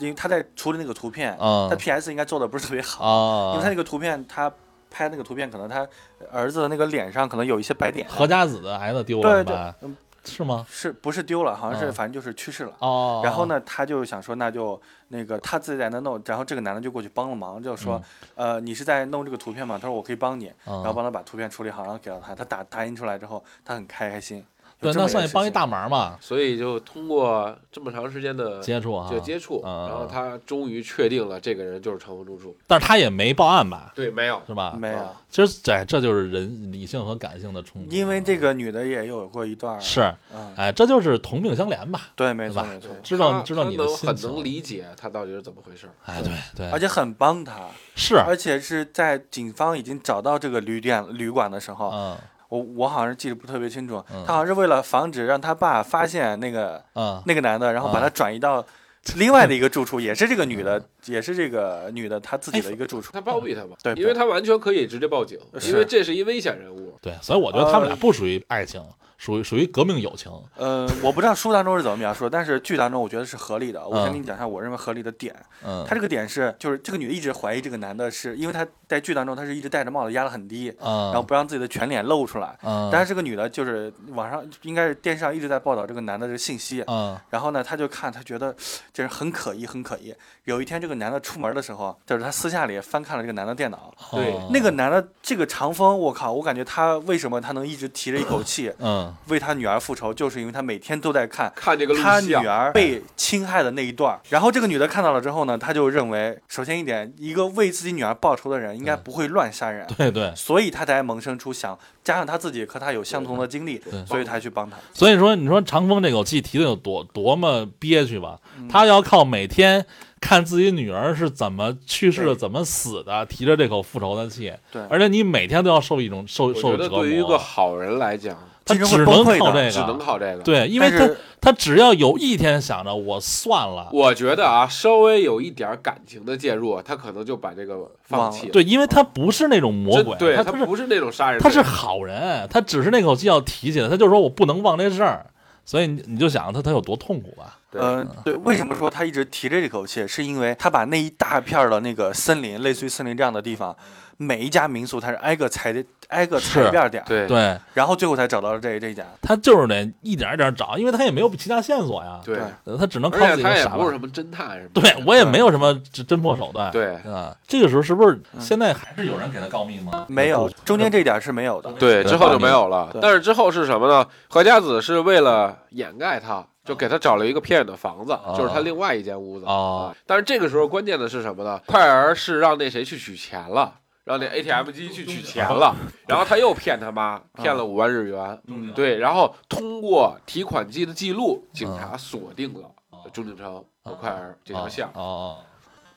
S3: 因为他在处理那个图片，
S2: 啊
S3: 他 PS 应该做的不是特别好。因为他
S2: 啊
S3: 那，个图片，他拍那个图片，可能他儿子的那个脸上可能有一些白点，
S2: 何家子的孩子丢了
S3: 对
S2: 是
S3: 对
S2: 吧？，
S3: 嗯
S2: 是吗？
S3: 是不是丢了？好像是，
S2: 嗯
S3: 反正就是去世了。
S2: 哦，
S3: 然后呢，他就想说，那就那个他自己在那弄，然后这个男的就过去帮了忙，就说，呃，你是在弄这个图片吗？他说我可以帮你，
S2: 嗯，
S3: 然后帮他把图片处理好，然后给到他，他打打印出来之后，他很开心。有
S2: 对，
S3: 这么
S2: 那
S3: 个
S2: 算你
S3: 事
S2: 帮一
S3: 情
S2: 大忙嘛，
S4: 所以就通过这么长时间的
S2: 接触啊，
S4: 就接触，
S2: 嗯
S4: 然后他终于确定了这个人就是长风中树。
S2: 但是他也没报案吧，
S4: 对，没有，
S2: 是吧？
S3: 没有
S4: 啊，
S2: 其实哎这这就是人理性和感性的冲突，
S3: 因为这个女的也有过一段儿，
S2: 是，
S3: 嗯，
S2: 哎，这就是同病相怜吧，
S3: 对，没错
S2: 对吧
S3: 没错，
S2: 知道
S4: 他
S2: 知道你的
S4: 他能
S2: 心
S4: 很
S2: 情，
S4: 能理解他到底是怎么回事。
S2: 哎，对
S3: 而
S2: 对，
S3: 且很帮他，
S2: 是，
S3: 而且是在警方已经找到这个旅店旅馆的时候，
S2: 嗯
S3: 我我好像是记得不特别清楚，
S2: 嗯
S3: 他好像是为了防止让他爸发现那个
S2: 嗯，嗯
S3: 那个男的，然后把他转移到另外的一个住处，也是这个女的，也是这个女的她自己的一个住处。
S4: 他包庇他嘛？
S3: 对
S4: 因为他完全可以直接报警，
S3: 是
S4: 因为这是一危险人物。
S2: 对，所以我觉得他们俩
S3: 呃
S2: 不属于爱情，属于属于革命友情。
S3: 呃，我不知道书当中是怎么描述，但是剧当中我觉得是合理的。我先给你讲一下我认为合理的点，
S2: 嗯，
S3: 他这个点是，就是这个女的一直怀疑这个男的是，因为他在剧当中他是一直戴着帽子压得很低，
S2: 嗯，
S3: 然后不让自己的全脸露出来。
S2: 嗯，
S3: 但
S2: 是
S3: 是这个女的就是网上应该是电视上一直在报道这个男的这个信息，
S2: 嗯
S3: 然后呢，他就看，他觉得这人很可疑，很可疑。有一天，这个男的出门的时候，就是他私下里翻看了这个男的电脑。
S4: 对
S2: 哦
S3: 那个男的，这个长风，我靠，我感觉他为什么他能一直提着一口气
S2: 嗯
S3: 为他女儿复仇，就是因为他每天都在看啊
S4: 看这个录
S3: 他女
S4: 像，
S3: 儿被侵害的那一段儿。然后这个女的看到了之后呢，她就认为，首先一点，一个为自己女儿报仇的人应该不会乱杀人，
S2: 对对，
S3: 所以她才萌生出想，加上她自己和他有相同的经历
S2: 对，
S3: 所以才去帮他。
S2: 所以说你说长风这口气提的有多多么憋屈吧？他要靠每天看自己女儿是怎么去世的、
S3: 对
S2: 怎么死的，提着这口复仇的气，
S3: 对
S2: 而且你每天都要受一种受
S4: 我
S2: 受
S4: 觉得
S2: 折磨。啊
S4: 对于一个好人来讲，
S2: 他
S3: 精神
S2: 只能
S3: 会崩溃
S2: 靠
S3: 的
S2: 这
S4: 只能
S2: 个。
S4: 靠这个。，
S2: 对，因为
S3: 但
S2: 他
S3: 是
S2: 他只要有一天想着我算了，
S4: 我觉得啊，稍微有一点感情的介入，啊他可能就把这个放弃了。
S2: 对，因为他不是那种魔
S4: 真
S2: 鬼，
S4: 对
S2: 他
S4: 他
S2: 不是
S4: 不是那种杀人
S2: 他
S4: 罪，
S2: 是好人，他只是那口气要提起来，他就说我不能忘这事儿，所以你你就想他他有多痛苦吧？
S4: 对
S3: 呃，对，为什么说他一直提着这口气，是因为他把那一大片儿的那个森林，类似于森林这样的地方，每一家民宿他是挨个踩的，挨个踩
S2: 是
S3: 遍儿点儿，
S4: 对
S2: 对
S3: 然后最后才找到了这这一家。
S2: 他就是得一点一点找，因为他也没有其他线索呀，
S4: 对
S3: 对
S2: 呃他只能靠
S4: 而
S2: 自
S4: 且
S2: 己
S4: 他
S2: 的
S4: 也
S2: 傻
S4: 不是
S2: 吧。
S4: 什么侦探什么的。
S2: 对我也没有什么侦侦破手段。
S4: 对嗯
S2: 啊，这个时候是不是现在还是有人给他告密吗？
S3: 没有
S2: 不，
S3: 中间这点儿是没有的。
S4: 对，
S2: 对
S4: 之后就没有了
S3: 对。
S4: 但是之后是什么呢？何家子是为了掩盖他，就给他找了一个偏远的房子，就是他另外一间屋子
S2: 哦
S4: 啊。但是这个时候关键的是什么呢？快儿是让那谁去取钱了。让那 ATM 机去取钱了，然后他又骗他妈，骗了五万日元，对，然后通过提款机的记录，警察锁定了钟景城和快儿这条线
S2: 哦。哦，哦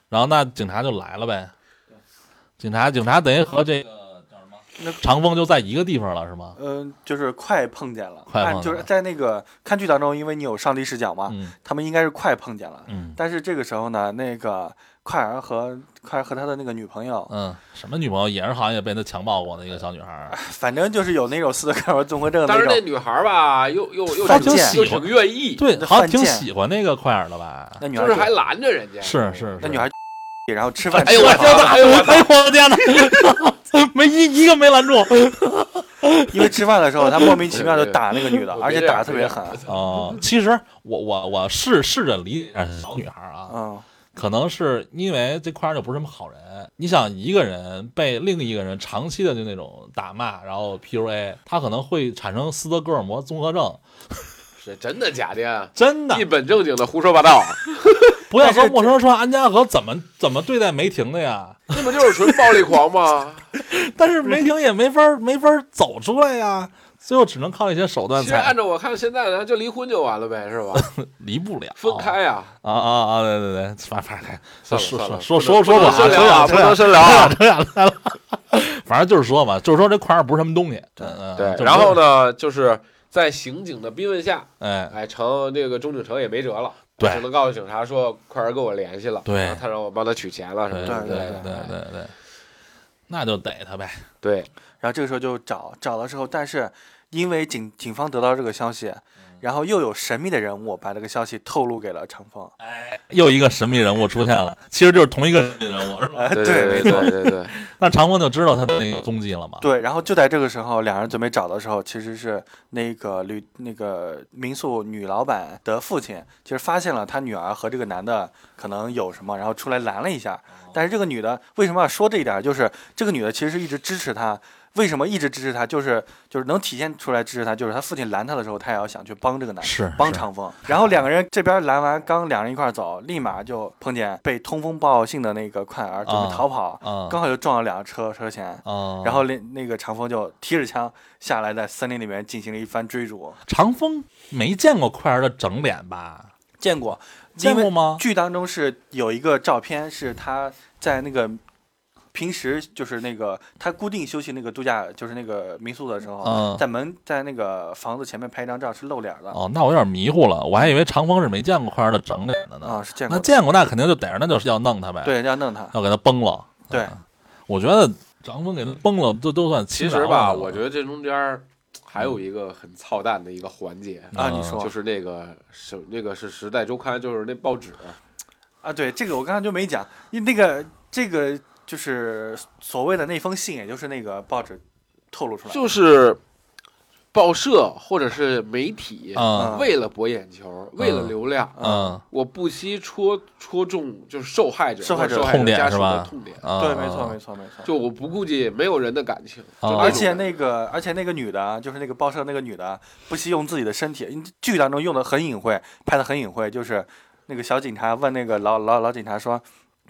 S2: 然后那警察就来了呗。警察，警察等于和这个叫什么
S3: 那
S2: 长风就在一个地方了，是吗？
S3: 嗯、就是快碰见了，
S2: 快
S3: 按
S2: 碰见
S3: 就是
S2: 了
S3: 在那个看剧当中，因为你有上帝视角嘛，
S2: 嗯
S3: 他们应该是快碰见了。
S2: 嗯
S3: 但是这个时候呢，那个快儿和快儿和他的那个女朋友，
S2: 嗯，什么女朋友也是好像也被他强暴过的一个小女孩
S4: 哎
S2: 儿，
S3: 反正就是有那种斯德哥尔摩综合症的
S4: 但是那
S3: 种。
S4: 女孩儿吧，又又又
S3: 犯
S4: 挺
S3: 贱
S4: 又挺愿意，
S2: 对，
S3: 那
S2: 好像
S3: 犯
S2: 挺
S3: 贱
S2: 喜欢那个快儿的吧？
S3: 那女孩
S4: 就
S3: 儿
S4: 是
S3: 就
S4: 还拦着人家，
S2: 是是，
S3: 那
S2: 是
S3: 女孩儿，然后吃饭
S4: 哎
S3: 吃
S4: 呦我
S3: 完
S4: 操
S3: 了，
S4: 哎呦我操
S2: 哎呦我的天哪， 没一一个没拦住。
S3: 因为吃饭的时候他莫名其妙就打那个女的，
S4: 对对
S3: 而且打的特别狠。
S2: 哦，其实我我我试试着理解小女孩啊，
S3: 嗯，
S2: 可能是因为这块儿就不是什么好人。你想一个人被另一个人长期的就那种打骂，然后 PUA，他可能会产生斯德哥尔摩综合症。
S4: 是真的假的呀？
S2: 真的
S4: 一，本正经的胡说八道，
S2: 不要
S3: 但是
S2: 和陌生人说安家和怎么怎么对待梅婷的呀，
S4: 那不就是纯暴力狂吗？
S2: 但是梅婷也没法儿没法儿走出来呀，最后只能靠一些手段
S4: 其实按
S2: 才
S4: 照我看，现在咱就离婚就完了呗，是吧？
S2: 离不了。
S4: 分开呀，
S2: 啊啊啊！对对对，反反正
S4: 算了
S2: 说
S4: 算了，
S2: 说
S4: 不能
S2: 说说
S4: 不
S2: 吧
S4: 能深聊啊，
S2: 扯远了
S4: 不能深聊啊。
S2: 扯远了扯远了， 反正就是说嘛，就是说这块儿不是什么东西。嗯嗯，
S4: 对，然后？呢，就是在刑警的逼问下，
S2: 哎，
S4: 哎，成这个钟景成也没辙了，
S2: 对
S4: 只能告诉警察说，快儿跟我联系了，
S2: 对
S4: 然后他让我帮他取钱了什
S2: 对
S4: 么
S2: 对
S4: 的，
S2: 对
S4: 对
S2: 对对对，那就逮他呗。
S4: 对，
S3: 然后这个时候就找找的时候，但是因为警警方得到这个消息，
S4: 嗯
S3: 然后又有神秘的人物把这个消息透露给了长风。
S2: 又一个神秘人物出现了， 其实就是同一个神秘人物，是吧？
S3: 哎，
S4: 对
S3: 没
S4: 对
S3: 错，
S4: 对对对，
S2: 那长风就知道他的那个踪迹了嘛？
S3: 对，然后就在这个时候，两人准备找的时候，其实是那个旅那个民宿女老板的父亲，其实发现了他女儿和这个男的可能有什么，然后出来拦了一下。但是这个女的为什么要说这一点儿？就是这个女的其实一直支持他，为什么一直支持他？就是就是能体现出来支持他，就是他父亲拦他的时候，他也要想去帮这个男的，
S2: 是
S3: 帮
S2: 是
S3: 长风。然后两个人这边拦完，刚两人一块儿走，立马就碰见被通风报信的那个快儿准
S2: 啊
S3: 备逃跑，
S2: 啊
S3: 刚好就撞了两个车车前。
S2: 啊，
S3: 然后那那个长风就提着枪下来，在森林里面进行了一番追逐。
S2: 长风没见过快儿的整脸吧？
S3: 见过，
S2: 见过吗
S3: 因为剧当中是有一个照片，是他在那个平时就是那个他固定休息那个度假，就是那个民宿的时候，
S2: 嗯
S3: 在门在那个房子前面拍一张照，是露脸的。
S2: 哦，那我有点迷糊了，我还以为长风是没见过快儿的整脸的呢。
S3: 啊，是见过
S2: 那
S3: 的。
S2: 见过，那肯定就逮着，那就是要弄他呗。
S3: 对，要弄他。
S2: 要给他崩了。
S3: 对
S2: 嗯，我觉得张峰给他崩了，都都算
S4: 其
S2: 其
S4: 实吧，我觉得这中间儿还有一个很操蛋的一个环节，
S3: 啊，你说
S4: 就是那个是那个是《时代周刊》，就是那报纸，
S3: 啊，对，这个我刚刚就没讲，因为那个这个就是所谓的那封信，也就是那个报纸透露出来的。
S4: 就是报社或者是媒体，
S2: 嗯
S4: 为了博眼球，为了流量，
S2: 嗯
S4: 我不惜戳戳中就是受害者、
S3: 受害者
S4: 受害
S2: 痛
S4: 者家
S2: 点
S4: 属
S2: 是
S4: 的
S2: 吧？
S4: 痛点。
S2: 嗯
S3: 对，没
S4: 啊
S3: 错，没。错，没错。
S4: 就我不顾及没有人的感情，
S2: 啊
S4: 就
S3: 而
S4: 那种
S3: 且那个，而且那个女的啊，就是那个报社那个女的啊，不惜用自己的身体，剧当中用的很隐晦，拍的很隐晦，就是那个小警察问那个老老老警察说，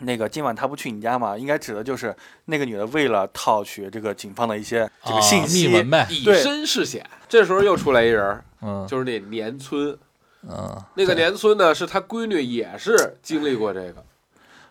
S3: 那个今晚他不去你家吗？应该指的就是那个女的为了套取这个警方的一些这个
S2: 啊
S3: 信息
S2: 密，文呗，
S4: 以
S3: 对
S4: 身试险。这时候又出来一人儿，
S2: 嗯
S4: 就是那年村，
S2: 嗯，
S4: 那个年村呢是他闺女，也是经历过这个，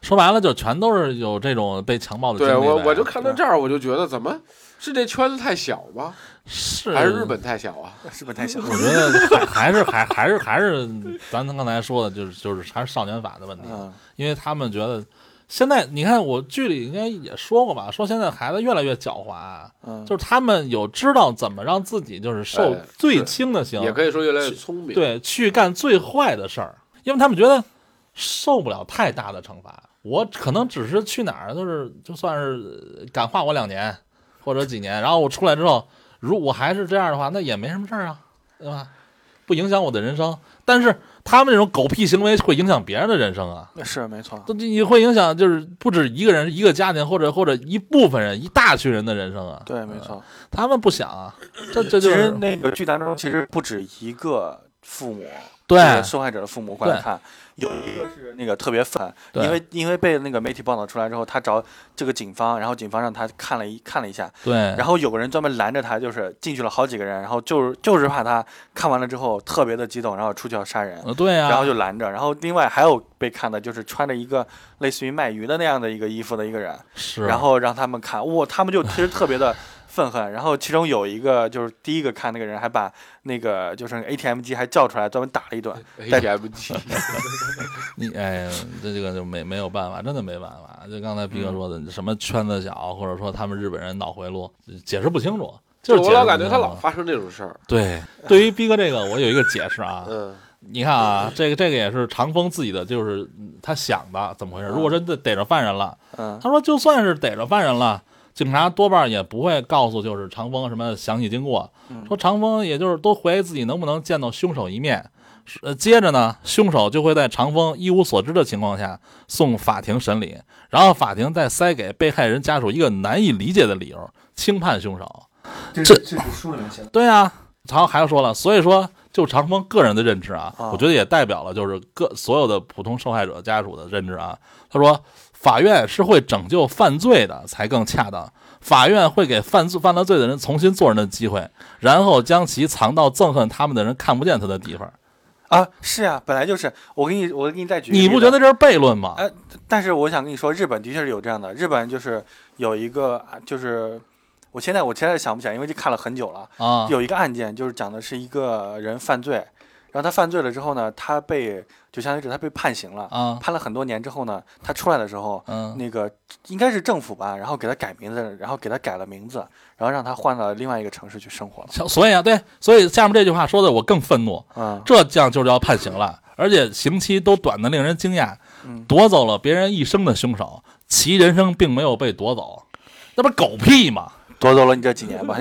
S2: 说白了就全都是有这种被强暴的经历
S4: 对
S2: 呗。
S4: 我我就看到这儿，我就觉得怎么是这圈子太小吗？
S2: 是
S4: 还是日本太小啊？
S2: 嗯
S3: 是不是太小？
S2: 我觉得还还是还还是还是咱刚才说的，就是就是还是少年法的问题，
S3: 嗯，
S2: 因为他们觉得现在你看我剧里应该也说过吧，说现在孩子越来越狡猾，
S3: 嗯
S2: 就是他们有知道怎么让自己就是受
S4: 哎
S2: 最
S4: 是
S2: 轻的刑，
S4: 也可以说越来越聪明。，
S2: 对去干最坏的事儿，因为他们觉得受不了太大的惩罚，我可能只是去哪儿就是就算是呃感化我两年或者几年，然后我出来之后，如我还是这样的话，那也没什么事儿啊，对吧？不影响我的人生，但是他们这种狗屁行为会影响别人的人生啊。
S3: 是没错。
S2: 都你会影响，就是不止一个人、一个家庭，或者或者一部分人、一大群人的人生啊。
S3: 对，没错。
S2: 他们不想啊，这这
S3: 其
S2: 就
S3: 实
S2: 是
S3: 那个剧当中，其实不止一个父母，
S2: 对
S3: 就是受害者的父母过来
S2: 对
S3: 看，有一个是那个特别愤，
S2: 对
S3: 因为因为被那个媒体报道出来之后，他找这个警方，然后警方让他看了一看了一下，
S2: 对，然
S3: 然后有个人专门拦着他，就是进去了好几个人，然后就是就是怕他看完了之后特别的激动，然后出去要杀人。
S2: 呃对啊，
S3: 然后就拦着，然后另外还有被看的，就是穿着一个类似于卖鱼的那样的一个衣服的一个人，
S2: 是，啊
S3: 然后让他们看，哇，他们就其实特别的愤恨。然后其中有一个就是第一个看那个人，还把那个就是 ATM 机还叫出来，专门打了一顿。
S4: ATM 机，
S2: 你哎呀，这这个就没没有办法，真的没办法。就刚才
S4: 嗯
S2: 毕哥说的，什么圈子小，或者说他们日本人脑回路，解释不清楚。 就是啊
S4: 我
S2: 解释
S4: 老
S2: 不
S4: 感觉
S2: 清
S4: 他
S2: 楚
S4: 老发生这种事儿。
S2: 对。对于毕哥这个，我有一个解释啊。
S4: 嗯，
S2: 你看啊，这个这个也是长风自己的，就是嗯他想的怎么回事？如果真的逮着犯人了，
S3: 嗯
S2: 他说就算是逮着犯人了，警察多半也不会告诉就是长风什么详细经过，说长风也就是都怀疑自己能不能见到凶手一面。是呃，接着呢，凶手就会在长风一无所知的情况下送法庭审理，然后法庭再塞给被害人家属一个难以理解的理由，轻判凶手。
S3: 这
S2: 这
S3: 这是书里面写的。
S2: 对啊，然后还有说了，所以说就长风个人的认知啊，
S3: 啊
S2: 我觉得也代表了就是各所有的普通受害者家属的认知啊。他说，法院是会拯救犯罪的才更恰当，法院会给犯罪犯了罪的人重新做人的机会，然后将其藏到憎恨他们的人看不见他的地方。
S3: 啊，是呀、本来就是。我给你，我给你再举个例
S2: 你
S3: 子。
S2: 不觉得这是悖论吗？
S3: 哎，但是我想跟你说，日本的确是有这样的。日本就是有一个，啊就是我现在我现在想不起来，因为这看了很久了。
S2: 啊，
S3: 有一个案件就是讲的是一个人犯罪，然后他犯罪了之后呢，他被就相当于是他被判刑了。
S2: 啊，
S3: 判了很多年之后呢，他出来的时候，
S2: 嗯，
S3: 那个应该是政府吧，然后给他改名字，然后给他改了名字，然后让他换到另外一个城市去生活了。
S2: 像所以啊，对，所以下面这句话说的我更愤怒，
S3: 嗯，
S2: 这样就是要判刑了，而且刑期都短的令人惊讶
S3: 嗯，
S2: 夺走了别人一生的凶手，其人生并没有被夺走，那不是狗屁吗？
S3: 夺走了你这几年 吧，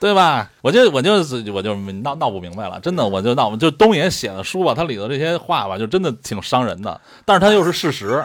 S2: 对吧？我就我就是我就闹闹不明白了，真的我就闹就东野写的书吧，它里头这些话吧，就真的挺伤人的，但是它又是事实，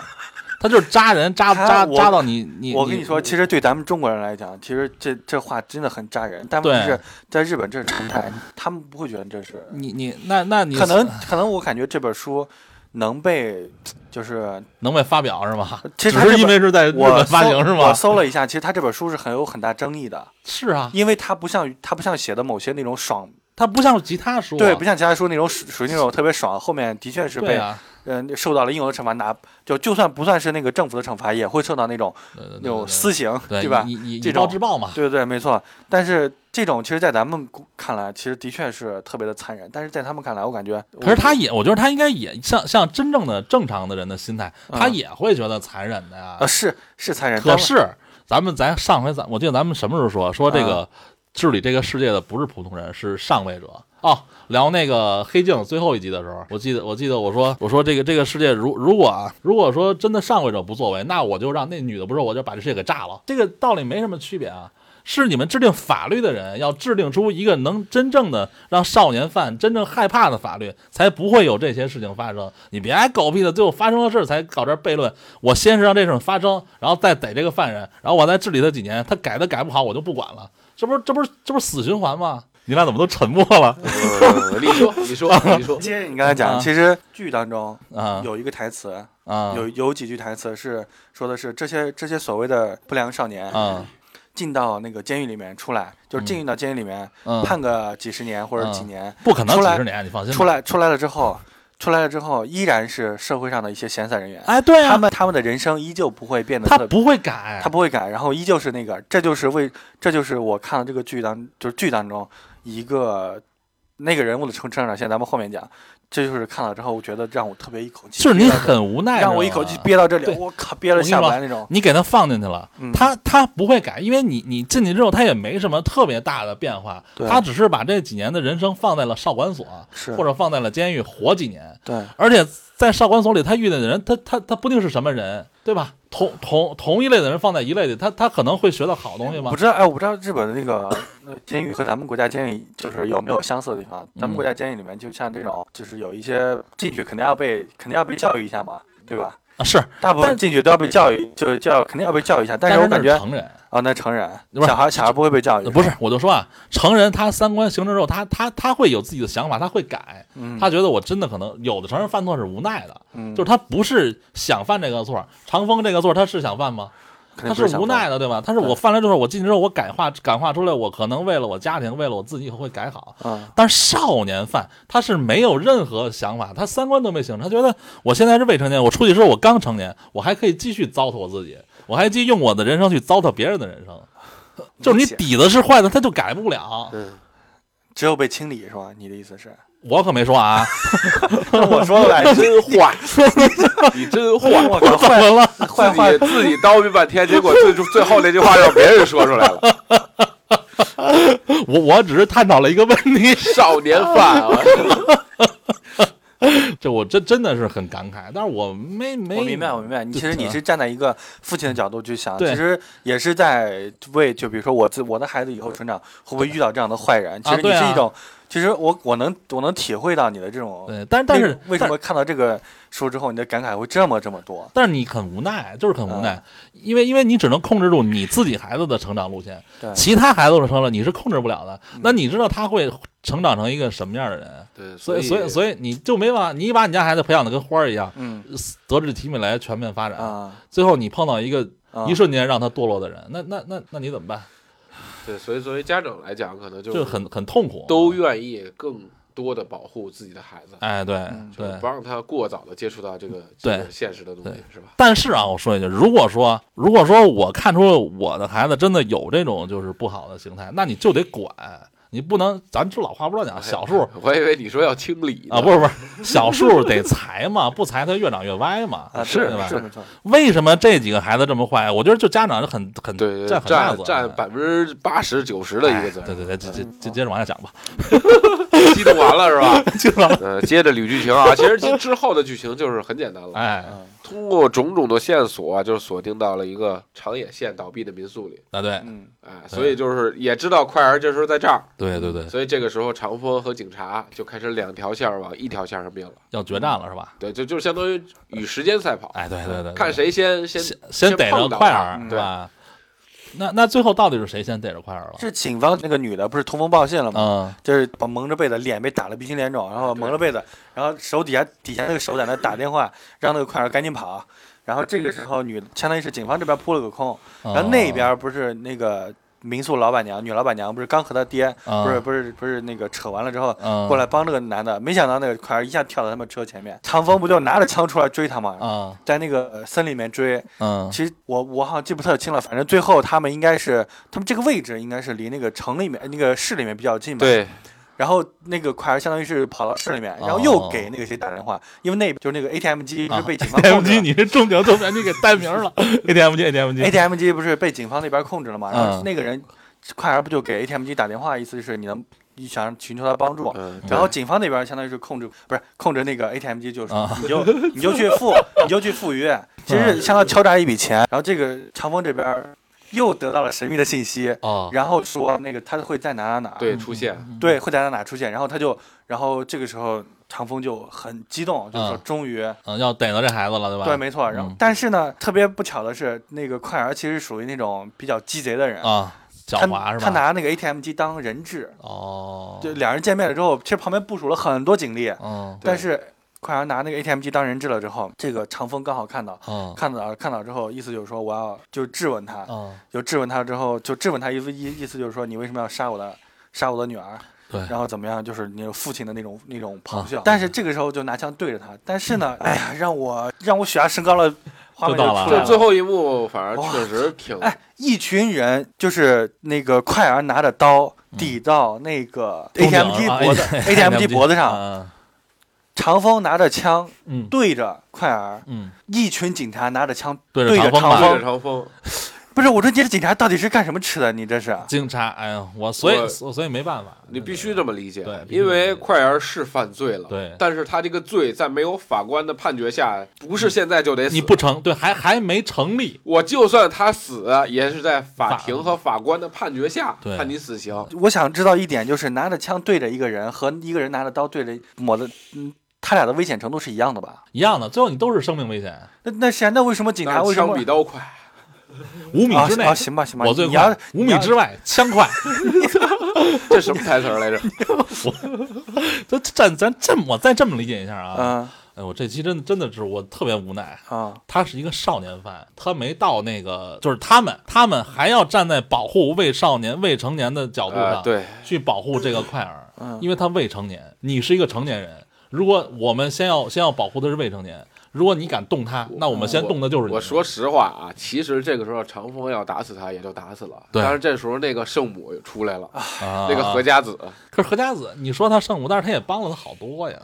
S2: 它就是扎人扎
S3: 他
S2: 扎
S3: 我
S2: 扎到你你
S3: 我跟你说，其实对咱们中国人来讲，其实这这话真的很扎人。但
S2: 对
S3: 问题是在日本这是常态，他们不会觉得这是。
S2: 你你那那你
S3: 可能可能我感觉这本书能被就是
S2: 能被发表是吗？
S3: 其
S2: 只
S3: 实它
S2: 是
S3: 这
S2: 因为是在日
S3: 我
S2: 本发
S3: 搜
S2: 行是
S3: 我
S2: 吗？
S3: 搜了一下，其实他这本书是很有很大争议的，
S2: 是啊，
S3: 因为它不像它不像写的某些那种爽
S2: 它不像吉他书啊，
S3: 对，不像其他书那种属属于那种特别爽，后面的确是
S2: 对
S3: 被
S2: 啊，
S3: 嗯、呃受到了应有的惩罚，拿就就算不算是那个政府的惩罚，也会受到那种
S2: 对对对
S3: 那种
S2: 对
S3: 私刑，
S2: 对
S3: 吧？
S2: 以以
S3: 这
S2: 以暴
S3: 种
S2: 制暴嘛，
S3: 对对，没错。但是这种其实，在咱们看来，其实的确是特别的残忍，但是在他们看来，我感觉我，
S2: 可是他也，我觉得他应该也像像真正的正常的人的心态，
S3: 嗯
S2: 他也会觉得残忍的呀
S3: 呃。是是残忍，
S2: 可是咱们咱上回咱我记得咱们什么时候说说这个治理这个世界的不是普通人，是上位者哦。聊那个《黑镜》最后一集的时候，我记得我记得我说我说这个这个世界如如果啊如果说真的上位者不作为，那我就让那女的不是我就把这世界给炸了。这个道理没什么区别啊。是你们制定法律的人要制定出一个能真正的让少年犯真正害怕的法律，才不会有这些事情发生。你别爱狗屁的，最后发生了事儿才搞这悖论。我先是让这事儿发生，然后再逮这个犯人，然后我再治理他几年，他改都改不好，我就不管了。这不是这不是这不是死循环吗？你俩怎么都沉默了
S4: 呃你说，你 说，你说，
S3: 接着你刚才讲，
S2: 啊
S3: 其实剧当中
S2: 啊
S3: 有一个台词，
S2: 啊
S3: 有有几句台词是说的是这些这些所谓的不良少年
S2: 啊
S3: 进到那个监狱里面出来，就是进到监狱里面
S2: 嗯，
S3: 判个几十年或者几
S2: 嗯
S3: 年，
S2: 不可能
S3: 出
S2: 几
S3: 来
S2: 十年，你放心吧。
S3: 出来出来了之后，出来了之后依然是社会上的一些闲散人员，
S2: 哎，对
S3: 他
S2: 啊，
S3: 们他们的人生依旧不会变得
S2: 他
S3: 特别。
S2: 不会改，
S3: 他不会改，然后依旧是那个，这就是为，这就是我看了这个剧当，就是剧当中一个那个人物的成成长线，咱们后面讲。这就是看了之后，我觉得让我特别一口气，
S2: 就是你很无奈，啊
S3: 让我一口气
S2: 知道吗。
S3: 憋到这里
S2: 对，
S3: 我靠，憋了下不来那种。
S2: 你给他放进去了，
S3: 嗯
S2: 他他不会改，因为你你进去之后，他也没什么特别大的变化，
S3: 对
S2: 他只是把这几年的人生放在了少管所，
S3: 是
S2: 或者放在了监狱活几年，
S3: 对，
S2: 而且在少管所里，他遇见的人，他他他不定是什么人，对吧？同同同一类的人放在一类里，他他可能会学到好东西吗
S3: 不？知道哎，我不知道日本的那个呃监狱和咱们国家监狱就是有没有相似的地方。咱们
S2: 嗯
S3: 国家监狱里面，就像这种，就是有一些进去肯定要被肯定要被教育一下嘛，对吧？
S2: 啊，是，
S3: 大部分
S2: 但
S3: 进去都要被教育，就是教肯定要被教育一下。但
S2: 但
S3: 是我
S2: 那
S3: 感觉
S2: 成人，
S3: 啊，那成人
S2: 不是
S3: 小孩小孩不会被教育，
S2: 呃不是，我就说啊，成人他三观形成之后，他他他会有自己的想法，他会改，
S3: 嗯
S2: 他觉得我真的可能有的成人犯错是无奈的，
S3: 嗯
S2: 就是他不是想犯这个错，长风这个错他是想犯吗？
S3: 肯定
S2: 他
S3: 不是
S2: 是无奈
S3: 的。
S2: 的，对吧？他是
S3: 对
S2: 我犯了这错，我进去之后我改化感化出来，我可能为了我家庭，为了我自己以后会改好。
S3: 嗯，
S2: 但是少年犯他是没有任何想法，他三观都没形成，他觉得我现在是未成年，我出去之后我刚成年，我还可以继续糟蹋我自己，我还继续用我的人生去糟蹋别人的 人生。就是你
S3: 理解
S2: 底子是坏的，他就改不了。
S3: 只有被清理是吧？你的意思 是？
S2: 我可没说啊，
S3: 我说来，
S4: 真坏，你真坏，
S3: 我靠，
S2: 怎
S3: 坏
S2: 么了？
S3: 坏话
S4: 自己自己叨逼半天，结果最最后那句话让别人说出 来了。
S2: 我我只是探讨了一个问题，
S4: 少年犯 啊，
S2: 这我真真的是很感慨，但是我没没
S3: 我明白，我明白。你
S2: 对
S3: 其实你是站在一个父亲的角度去想，
S2: 对
S3: 其实也是在为就比如说我自我的孩子以后成长会不会遇到这样的坏人？其实你
S2: 对啊
S3: 是一种，其实我我能我能体会到你的这种。
S2: 对，但是但是
S3: 为为什么看到这个书之后，你的感慨会这么这么多？
S2: 但是你很无奈，就是很无奈，
S3: 啊
S2: 因为因为你只能控制住你自己孩子的成长路线，
S3: 对嗯
S2: 其他孩子的成长你是控制不了的。那你知道他会成长成一个什么样的人？
S4: 对，
S2: 所以所以所以你就没法，你把你家孩子培养的跟花儿一样，
S3: 嗯
S2: 德智体美来全面发展，
S3: 啊，
S2: 最后你碰到一个
S3: 啊
S2: 一瞬间让他堕落的人，那那那那你怎么办？
S4: 对，所以作为家长来讲，可能就
S2: 就很很痛苦。啊
S4: 都愿意更多的保护自己的孩子，
S2: 哎，对
S3: 嗯
S4: 就
S2: 对
S4: 是，不让他过早的接触到这个
S2: 对
S4: 这个现实的东西，是吧？
S2: 但是啊，我说一句，如果说如果说我看出我的孩子真的有这种就是不好的形态，那你就得管，你不能咱就老话不知道
S4: 哎
S2: 讲，啊小 树
S4: 我以为你说要清理呢
S2: 啊，不是不是，小树得裁嘛，不裁它越长越歪嘛，
S3: 啊
S4: 是
S2: 对吧？
S3: 是没错，
S2: 为什么这几个孩子这么坏？我觉得就家长很很
S4: 对对，
S2: 占很大
S4: 占
S2: 责
S4: 占
S2: 任。啊哎
S4: 百分之八十九十的一个责
S2: 对对
S4: 任，
S2: 对，接接接接着往下讲吧，
S4: 激动完了是 吧？
S2: 就了。
S4: 呃，接着捋剧情啊，其实之之后的剧情就是很简单了，
S2: 哎，
S4: 通过种种的线索啊，就锁定到了一个长野县倒闭的民宿里，
S2: 啊对
S3: 嗯，
S4: 哎，所以就是也知道快儿这时候在这儿，
S2: 对对对，
S4: 所以这个时候长风和警察就开始两条线儿往一条线上并了，
S2: 要决战了是吧？
S4: 对，就就相当于与时间赛跑，
S2: 哎，对对对，对
S4: 看谁先先
S2: 先先逮着
S4: 碰到
S2: 快
S4: 他
S2: 儿
S4: 嗯
S2: 是
S4: 对，
S2: 吧？那那最后到底是谁先逮着快儿了？
S3: 是警方那个女的不是通风报信了吗？
S2: 嗯，
S3: 就是把蒙着被子，脸被打了鼻青脸肿，然后蒙着被子，然后手底下底下那个手在那打电话，让那个快手赶紧跑。然后这个时候女相当于是警方这边扑了个空，
S2: 嗯
S3: 然后那边不是那个民宿老板娘女老板娘不是刚和她爹
S2: 嗯
S3: 不是不是不是那个扯完了之后
S2: 嗯
S3: 过来帮这个男的，没想到那个快儿一下跳到他们车前面，长风不就拿着枪出来追他吗？
S2: 啊
S3: 在那个呃森林里面追，
S2: 嗯
S3: 其实我我好像记不太清了，反正最后他们应该是他们这个位置应该是离那个城里面呃那个市里面比较近吧？
S4: 对，
S3: 然后那个快儿相当于是跑到市里面，然后又给那个谁打电话，因为那边就是那个 ATM 机
S2: 哦啊
S3: 是被警方控
S2: ，ATM
S3: 制
S2: 机，
S3: 了。
S2: 你这中奖中奖，你给带名 了，ATM 机 ATM 机
S3: ATM 机不是被警方那边控制了嘛？然后
S2: 嗯
S3: 那个人快儿不就给 ATM 机打电话，意思是你能你想寻求他帮助。
S4: 嗯，
S3: 然后警方那边相当于是控制，不是控制那个 ATM 机，就是
S2: 啊
S3: 你就你就去付，你就去赴 约，其实相当于敲诈一笔钱。然后这个长风这边又得到了神秘的信息，
S2: 哦，
S3: 然后说那个他会在哪哪哪儿
S4: 对出现，
S2: 嗯
S3: 对，会在哪哪出现，然后他就，然后这个时候长风就很激动，就是说
S2: 嗯
S3: 终于，
S2: 嗯，要逮着这孩子了，对吧？
S3: 对，没错。然后、
S2: 嗯
S3: 但是呢，特别不巧的是，那个快儿其实属于那种比较鸡贼的人，
S2: 啊，
S3: 他
S2: 狡猾是吧？
S3: 他拿那个 ATM 机当人质，
S2: 哦，
S3: 就两人见面了之后，其实旁边部署了很多警力，
S2: 嗯
S3: 但是快儿拿那个 ATM 机当人质了之后，这个长风刚好看到。
S2: 嗯
S3: 看到看到之后，意思就是说我要就质问他，
S2: 嗯，
S3: 就质问他之后就质问他意思意意思就是说你为什么要杀我的杀我的女儿？
S2: 对
S3: 然后怎么样，就是那种父亲的那种那种咆
S2: 啊
S3: 哮。但是这个时候就拿枪对着他，但是呢，哎呀，让我让我血压升高了，画
S2: 嗯
S3: 面
S2: 就到
S3: 出来
S2: 了
S4: 就
S3: 了。
S4: 最后一幕，反而
S3: 哇
S4: 确实挺
S3: 哎，一群人就是那个快儿拿着刀抵到那个
S2: 嗯中景
S3: ATM 机
S2: 啊
S3: 脖子 ATM 机脖子上，
S2: 啊
S3: 长风拿着枪
S2: 嗯
S3: 对着快儿，
S2: 嗯，
S3: 一群警察拿着枪
S2: 对
S3: 着
S2: 着长风
S3: 长
S2: 吧
S4: 对着
S3: 风。
S4: 长风，
S3: 不是，我说你这警察到底是干什么吃的？你这是？
S2: 警察，哎呀，我所
S4: 我
S2: 以所所以没办法，
S4: 你必须这么理解
S2: 对，必须
S4: 因为快儿是犯罪了，
S2: 对
S4: 但是他这个罪在没有法官的判决下，不是现在就得死。
S2: 你不成，对，还还没成立，
S4: 我就算他死，也是在法
S2: 法
S4: 庭和法官的判决下
S2: 对
S4: 判你死刑。
S3: 我想知道一点，就是拿着枪对着一个人和一个人拿着刀对着抹的，嗯，他俩的危险程度是一样的吧？
S2: 一样的，最后你都是生命危险，
S3: 那那是啊，那为什么警察
S4: 但
S3: 为
S4: 是
S3: 什
S4: 枪
S3: 么
S4: 比 刀快，
S2: 五米
S3: 啊
S2: 之内
S3: 啊，行吧行吧，
S2: 我最
S3: 你要
S2: 快，五米之外枪快，
S4: 这什么台词儿来着？
S2: 这咱咱这么我再这么理解一下啊，
S3: 嗯
S2: 哎，我这期真的真的是我特别无奈。
S3: 啊
S2: 他是一个少年犯，他没到那个，就是他们，他们还要站在保护未少年、未成年的角度上，
S4: 呃，对，
S2: 去保护这个快儿，
S3: 嗯
S2: 因为他未成年，你是一个成年人。如果我们先要先要保护的是未成年，如果你敢动他，那我们先动的就是你。
S4: 我说实话啊，其实这个时候长风要打死他也就打死了，
S2: 对
S4: 但是这时候那个圣母出来了，
S2: 啊，
S4: 那个何家子，
S2: 可是何家子，你说他圣母，但是他也帮了他好多呀。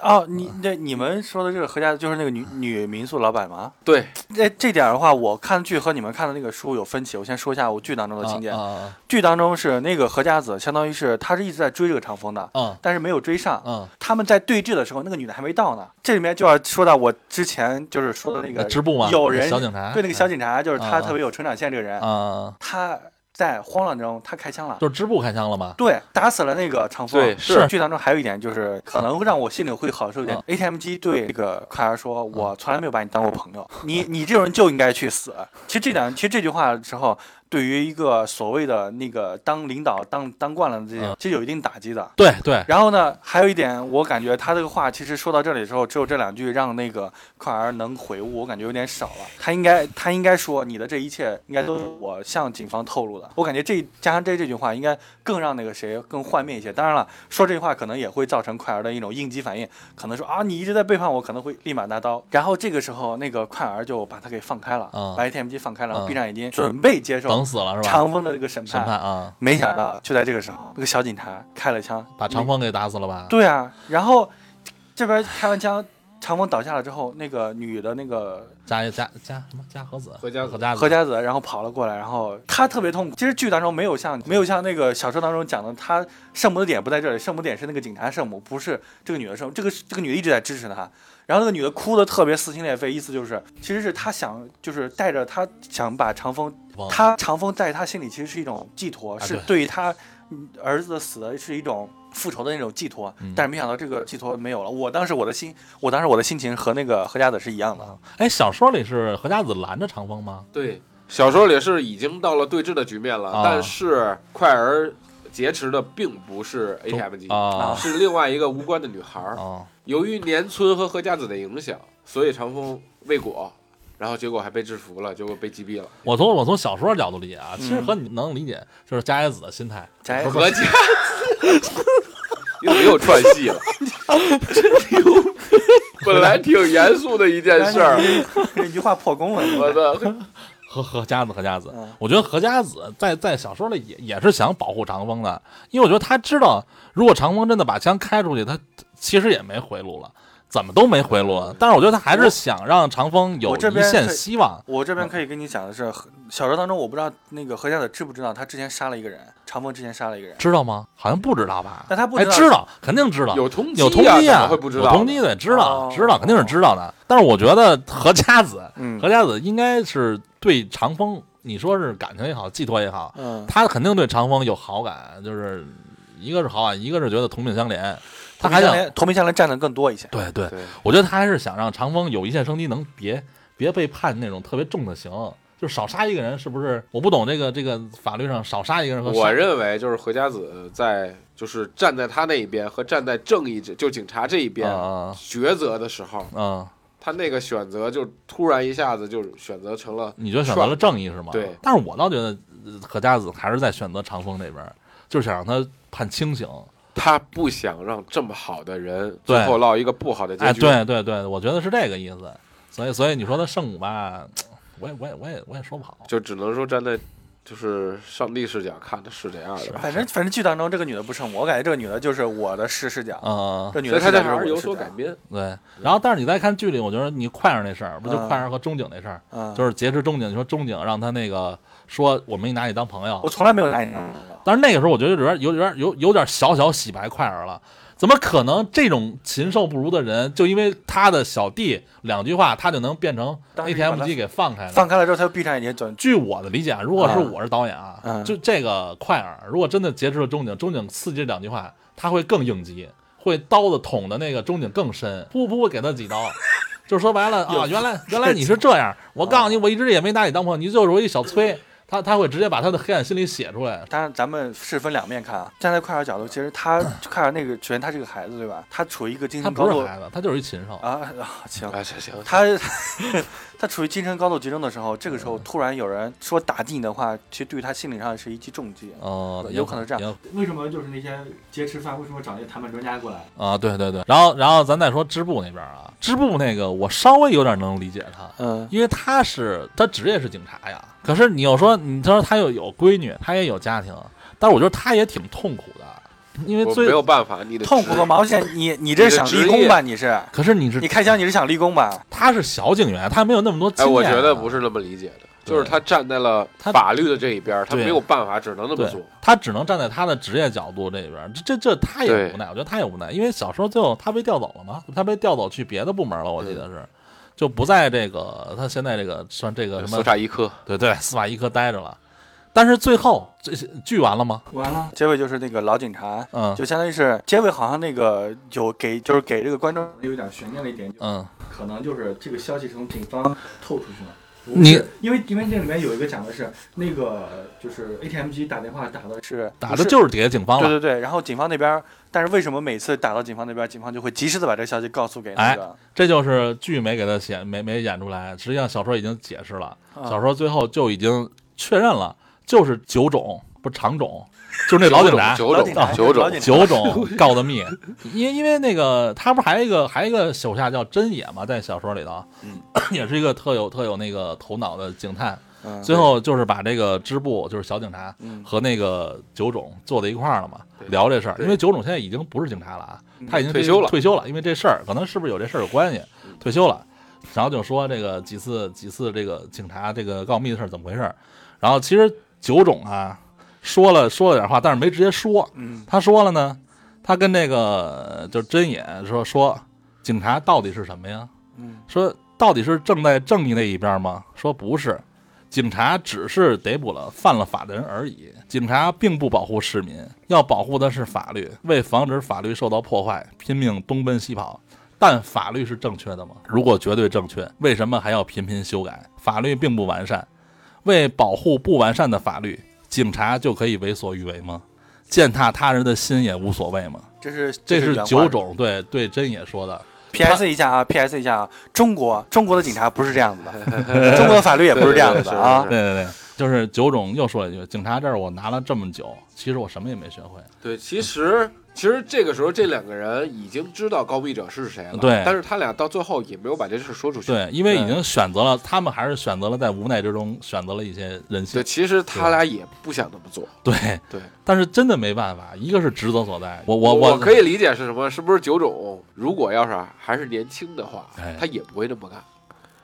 S3: 哦，你那你们说的这个何家就是那个女女民宿老板吗？
S4: 对，
S3: 这这点儿的话，我看剧和你们看的那个书有分歧。我先说一下我剧当中的情节。
S2: 啊啊
S3: 剧当中是那个何家子，相当于是他是一直在追这个长风的，
S2: 啊
S3: 但是没有追上。
S2: 啊
S3: 他们在对峙的时候，那个女的还没到呢。这里面就要说到我之前就是说的那
S2: 啊！
S3: 个
S2: 织布吗？
S3: 有人
S2: 小警察
S3: 对那个小
S2: 警
S3: 警察，就是
S2: 啊
S3: 他
S2: 啊
S3: 特别有成长线这个人，
S2: 啊，
S3: 他在慌乱中他开枪了。
S2: 就是织布开枪了吗？
S3: 对，打死了那个长风。
S4: 对
S2: 是
S3: 剧当中还有一点
S2: 嗯
S3: 就是，可能会让我心里会好受一点
S2: 啊。
S3: ATM 机对这个快儿说：“
S2: 嗯
S3: 我从来没有把你当过朋友，你你这种人就应该去死。”其实这点，其实这句话的时候，对于一个所谓的那个当领导当当惯了的这些
S2: 啊，
S3: 其实有一定打击的。
S2: 对对，
S3: 然后呢，还有一点，我感觉他这个话其实说到这里的时候，只有这两句让那个快儿能回悟，我感觉有点少了。他应该，他应该说你的这一切应该都是我向警方透露的。我感觉这加上这这句话，应该更让那个谁更幻灭一些。当然了，说这句话可能也会造成快儿的一种应激反应，可能说啊你一直在背叛我，可能会立马拿刀。然后这个时候，那个快儿就把他给放开了，
S2: 嗯
S3: 把 ATM 机放开了，然后
S2: 嗯
S3: 闭上眼睛，准备接受
S2: 等死了是吧？
S3: 长风的这个审
S2: 审
S3: 判。
S2: 判啊，
S3: 没想到，就在这个时候，那个小警察开了枪，
S2: 把长风给打死了吧？
S3: 嗯对啊，然后这边开完枪，长风倒下了之后，那个女的那个
S2: 加加加什么加和子？
S4: 何家子
S2: 何家子
S3: 何家子，然后跑了过来，然后她特别痛苦。其实剧当中没有像没有像那个小说当中讲的，她圣母的点不在这里，圣母点是那个警察圣母，不是这个女的圣母。这个这个女的一直在支持她。然后那个女的哭的特别撕心裂肺，意思就是，其实是她想，就是带着她想把长风，
S2: 王
S3: 她长风在她心里其实是一种寄托，
S2: 啊
S3: 是
S2: 对
S3: 对于她嗯儿子的死是一种复仇的那种寄托。
S2: 嗯
S3: 但是没想到这个寄托没有了。我当时我的心，我当时我的心情和那个何家子是一样的。
S2: 哎，小说里是何家子拦着长风吗？
S4: 对，小说里是已经到了对峙的局面了，
S2: 啊
S4: 但是快儿劫持的并不是 ATM 机，
S2: 啊
S4: 是另外一个无关的女孩儿。
S2: 啊
S4: 由于年村和何家子的影响，所以长风未果，然后结果还被制服了，结果被击毙了。
S2: 我从我从小说角度理解啊，其实
S3: 嗯
S2: 和你能理解，就是加野子的心态。
S3: 翟
S4: 何家子，你怎么又串戏了？ 真牛！本来挺严肃的一件 事儿，
S3: 这句话破功了。
S4: 我的
S2: 啊和何家子，何家子
S3: 嗯，
S2: 我觉得何家子在在小说里也也是想保护长风的，因为我觉得他知道，如果长风真的把枪开出去，他其实也没回路了，怎么都没回
S4: 嗯
S2: 路。但是我觉得他还是想让长风有
S3: 我这
S2: 一
S3: 边
S2: 线
S3: 可以
S2: 希望。
S3: 我这边可以跟你讲的是，何小说当中我不知道那个何家子知不知道，他之前杀了一个人，长风之前杀了一个人。
S2: 知道吗？好像不知道吧？
S3: 但他不
S2: 哎
S3: 知道
S2: 知道，肯定知道。
S4: 有通
S2: 有
S4: 缉
S2: 通缉
S4: 啊，怎么
S2: 啊，
S4: 会不知
S2: 有
S4: 道？
S2: 通缉的知道，
S3: 哦
S2: 知道肯定是知道的。但是我觉得何家子，
S3: 嗯
S2: 何家子应该是对长风，你说是感情也好，寄托也好，
S3: 嗯，
S2: 他肯定对长风有好感，就是一个是好感，一个是觉得同病相怜，他
S3: 同
S2: 还
S3: 病
S2: 想
S3: 相怜，同病相怜占的更多一些。
S2: 对对，
S4: 对，
S2: 我觉得他还是想让长风有一线生机，能别别被判那种特别重的刑。就是少杀一个人，是不是？我不懂这个这个法律上少杀一个人和
S4: 我
S2: 杀
S4: 认为就是何家子在就是站在他那一边和站在正义这就警察这一边
S2: 啊
S4: 抉择的时候，
S2: 嗯，
S4: 他那个选择就突然一下子就选择成了
S2: 你就选择了正义是吗？
S4: 对
S2: 但是我倒觉得呃何家子还是在选择长风这边，就是想让他判清醒。
S4: 他不想让这么好的人
S2: 对
S4: 最后落一个不好的结
S2: 哎，
S4: 局。
S2: 对对对，我觉得是这个意思。所以所以你说他圣母吧，我也我也我也我也说不好。
S4: 就只能说站在就是上帝视角看，他是这样的。
S3: 反正反正剧当中这个女的不圣母，我感觉这个女的就是我的视视角，
S2: 嗯，
S3: 这女
S4: 所
S3: 的
S4: 以他
S3: 视角就是我
S4: 这还是
S3: 的
S4: 有
S3: 视
S4: 所
S3: 角
S4: 改。变。
S2: 对。然后但是你再看剧里，我觉得你快上那事儿，不就
S3: 嗯
S2: 快上和中景那事儿，
S3: 嗯，
S2: 就是劫持中景。你说中景让他那个说我没拿你当朋友
S3: 我，从来没有
S2: 嗯
S3: 哎拿你当朋友。
S2: 但是那个时候我觉得有点有点有有点小小洗白快儿了。怎么可能这种禽兽不如的人，就因为他的小弟两句话，他就能变成
S3: 当时
S2: ATM
S3: 把他
S2: 机给放开了？
S3: 放开了之后，她就闭上眼睛转。
S2: 据我的理解啊，如果是我是导演啊，
S3: 嗯
S2: 就这个快耳，如果真的劫持了中景，中景刺激这两句话，他会更应激，会刀子捅的那个中景更深，噗噗噗给他几刀。就说白了啊， 原来原来你是这样，我告诉
S3: 啊
S2: 你，我一直也没拿你当朋友，你就是我一小崔，他他会直接把他的黑暗心理写出来。
S3: 当然，咱们是分两面看啊。站在快乐角度，其实她快乐那个，首先她是个孩子，对吧？她处于一个精
S2: 他
S3: 神高
S2: 不
S3: 度
S2: 是孩子，他就是一禽兽。
S3: 啊 啊，行，
S4: 啊，行行，
S3: 他他处于精神高度集中的时候，这个时候突然有人说打击你的话，其实对他心理上是一记重击。啊
S2: 哦，
S3: 有可能这样
S2: 也有
S6: 为什么就是那些劫持犯，为什么找那些谈判专家过来？
S2: 啊，对对对。然后然后咱再说织布那边啊，织布那个我稍微有点能理解他，
S3: 嗯，
S2: 因为他是他职业是警察呀。可是你又说，你说他又有闺女，他也有家庭，但是我觉得他也挺痛苦的，因为
S4: 我
S2: 最
S4: 没有办法，你的
S3: 痛苦个毛线！你你这是想立功吧？你是
S2: 可是你是
S3: 你开枪，你是想立功吧？
S2: 他是小警员，他没有那么多经
S4: 哎，
S2: 验、
S4: 我觉得不
S2: 是，
S4: 是那么理解的，
S2: 啊对
S4: 就是他站在了
S2: 他
S4: 法律的这一边，他
S2: 对
S4: 没有办法，只能那么
S2: 对
S4: 做。，
S2: 他只能站在他的职业角度这边，这这这他也
S4: 对
S2: 无奈，我觉得他也无奈，因为小时候最后他被调走了嘛，他被调走去别的部门了，我记得
S4: 嗯
S2: 是。就不在这个他现在这个算这个什
S4: 四
S2: 么
S4: 煞一科，
S2: 对对司法一科待着了，但是最后这剧完了吗？
S6: 完了，
S3: 结尾就是那个老警察，
S2: 嗯
S3: 就相当于是结尾好像那个有给就是给这个观众
S6: 有点悬念的一点，就
S2: 嗯
S6: 可能就是这个消息从警方透出去了。
S2: 你
S6: 因为因为这里面有一个讲的是那个就是 ATM 机打电话打的
S3: 是
S2: 打的就是底下警方
S3: 对
S2: 了，
S3: 对对，然后警方那边，但是为什么每次打到警方那边，警方就会及时的把这个消息告诉给那个？
S2: 这就是剧没给他写，没没演出来。实际上小说已经解释了，
S3: 啊
S2: 小说最后就已经确认了，就是九种不是长种，就是那老警察
S4: 九
S3: 老
S4: 种
S3: 警察老
S4: 九种
S3: 警
S2: 九
S3: 察
S2: 种告的密。因因为那个他不是还有一个还有一个手下叫真野嘛，在小说里头，
S3: 嗯
S2: 也是一个特有特有那个头脑的警探。
S3: 嗯，
S2: 最后就是把这个支部就是小警察
S3: 嗯
S2: 和那个九种坐在一块儿了嘛，
S4: 对
S2: 聊这事儿。
S4: 对
S2: 因为九种现在已经不是警察了啊，
S3: 嗯
S2: 他已经
S4: 退休了嗯
S2: 退休了。因为这事儿可能是不是有这事儿有关系，退休了。然后就说这个几次几次这个警察这个告密的事儿怎么回事儿。然后其实九种啊说了说了点话，但是没直接说。
S3: 嗯
S2: 他说了呢，他跟那个就是真野说说警察到底是什么呀？
S3: 嗯
S2: 说到底是正在正义那一边吗？说不是，警察只是逮捕了犯了法的人而已。警察并不保护市民，要保护的是法律。为防止法律受到破坏，拼命东奔西跑。但法律是正确的吗？如果绝对正确，为什么还要频频修改？法律并不完善，为保护不完善的法律，警察就可以为所欲为吗？践踏他人的心也无所谓吗？
S3: 这是
S2: 这
S3: 是
S2: 是
S3: 原话
S2: 九种对对真也说的，
S3: P.S. 一下啊，P.S. 一下啊，中国中国的警察不是这样子 的，中国的法律也不是这样子的啊
S4: 对对对是是。
S2: 对对对，就是九种又说了一句，警察这儿我拿了这么久，其实我什么也没学会。
S4: 对，其实其实这个时候这两个人已经知道告密者是谁了，
S2: 对
S4: 但是他俩到最后也没有把这事说出去。
S2: 对，因为已经选择了，他们还是选择了在无奈之中选择了一些人性
S4: 对，。其实他俩也不想那么做。
S2: 对
S4: 对，
S2: 但是真的没办法，一个是职责所在，我
S4: 我
S2: 我我
S4: 可以理解是什么？是不是九种？如果要是还是年轻的话
S2: 哎，
S4: 他也不会这么干。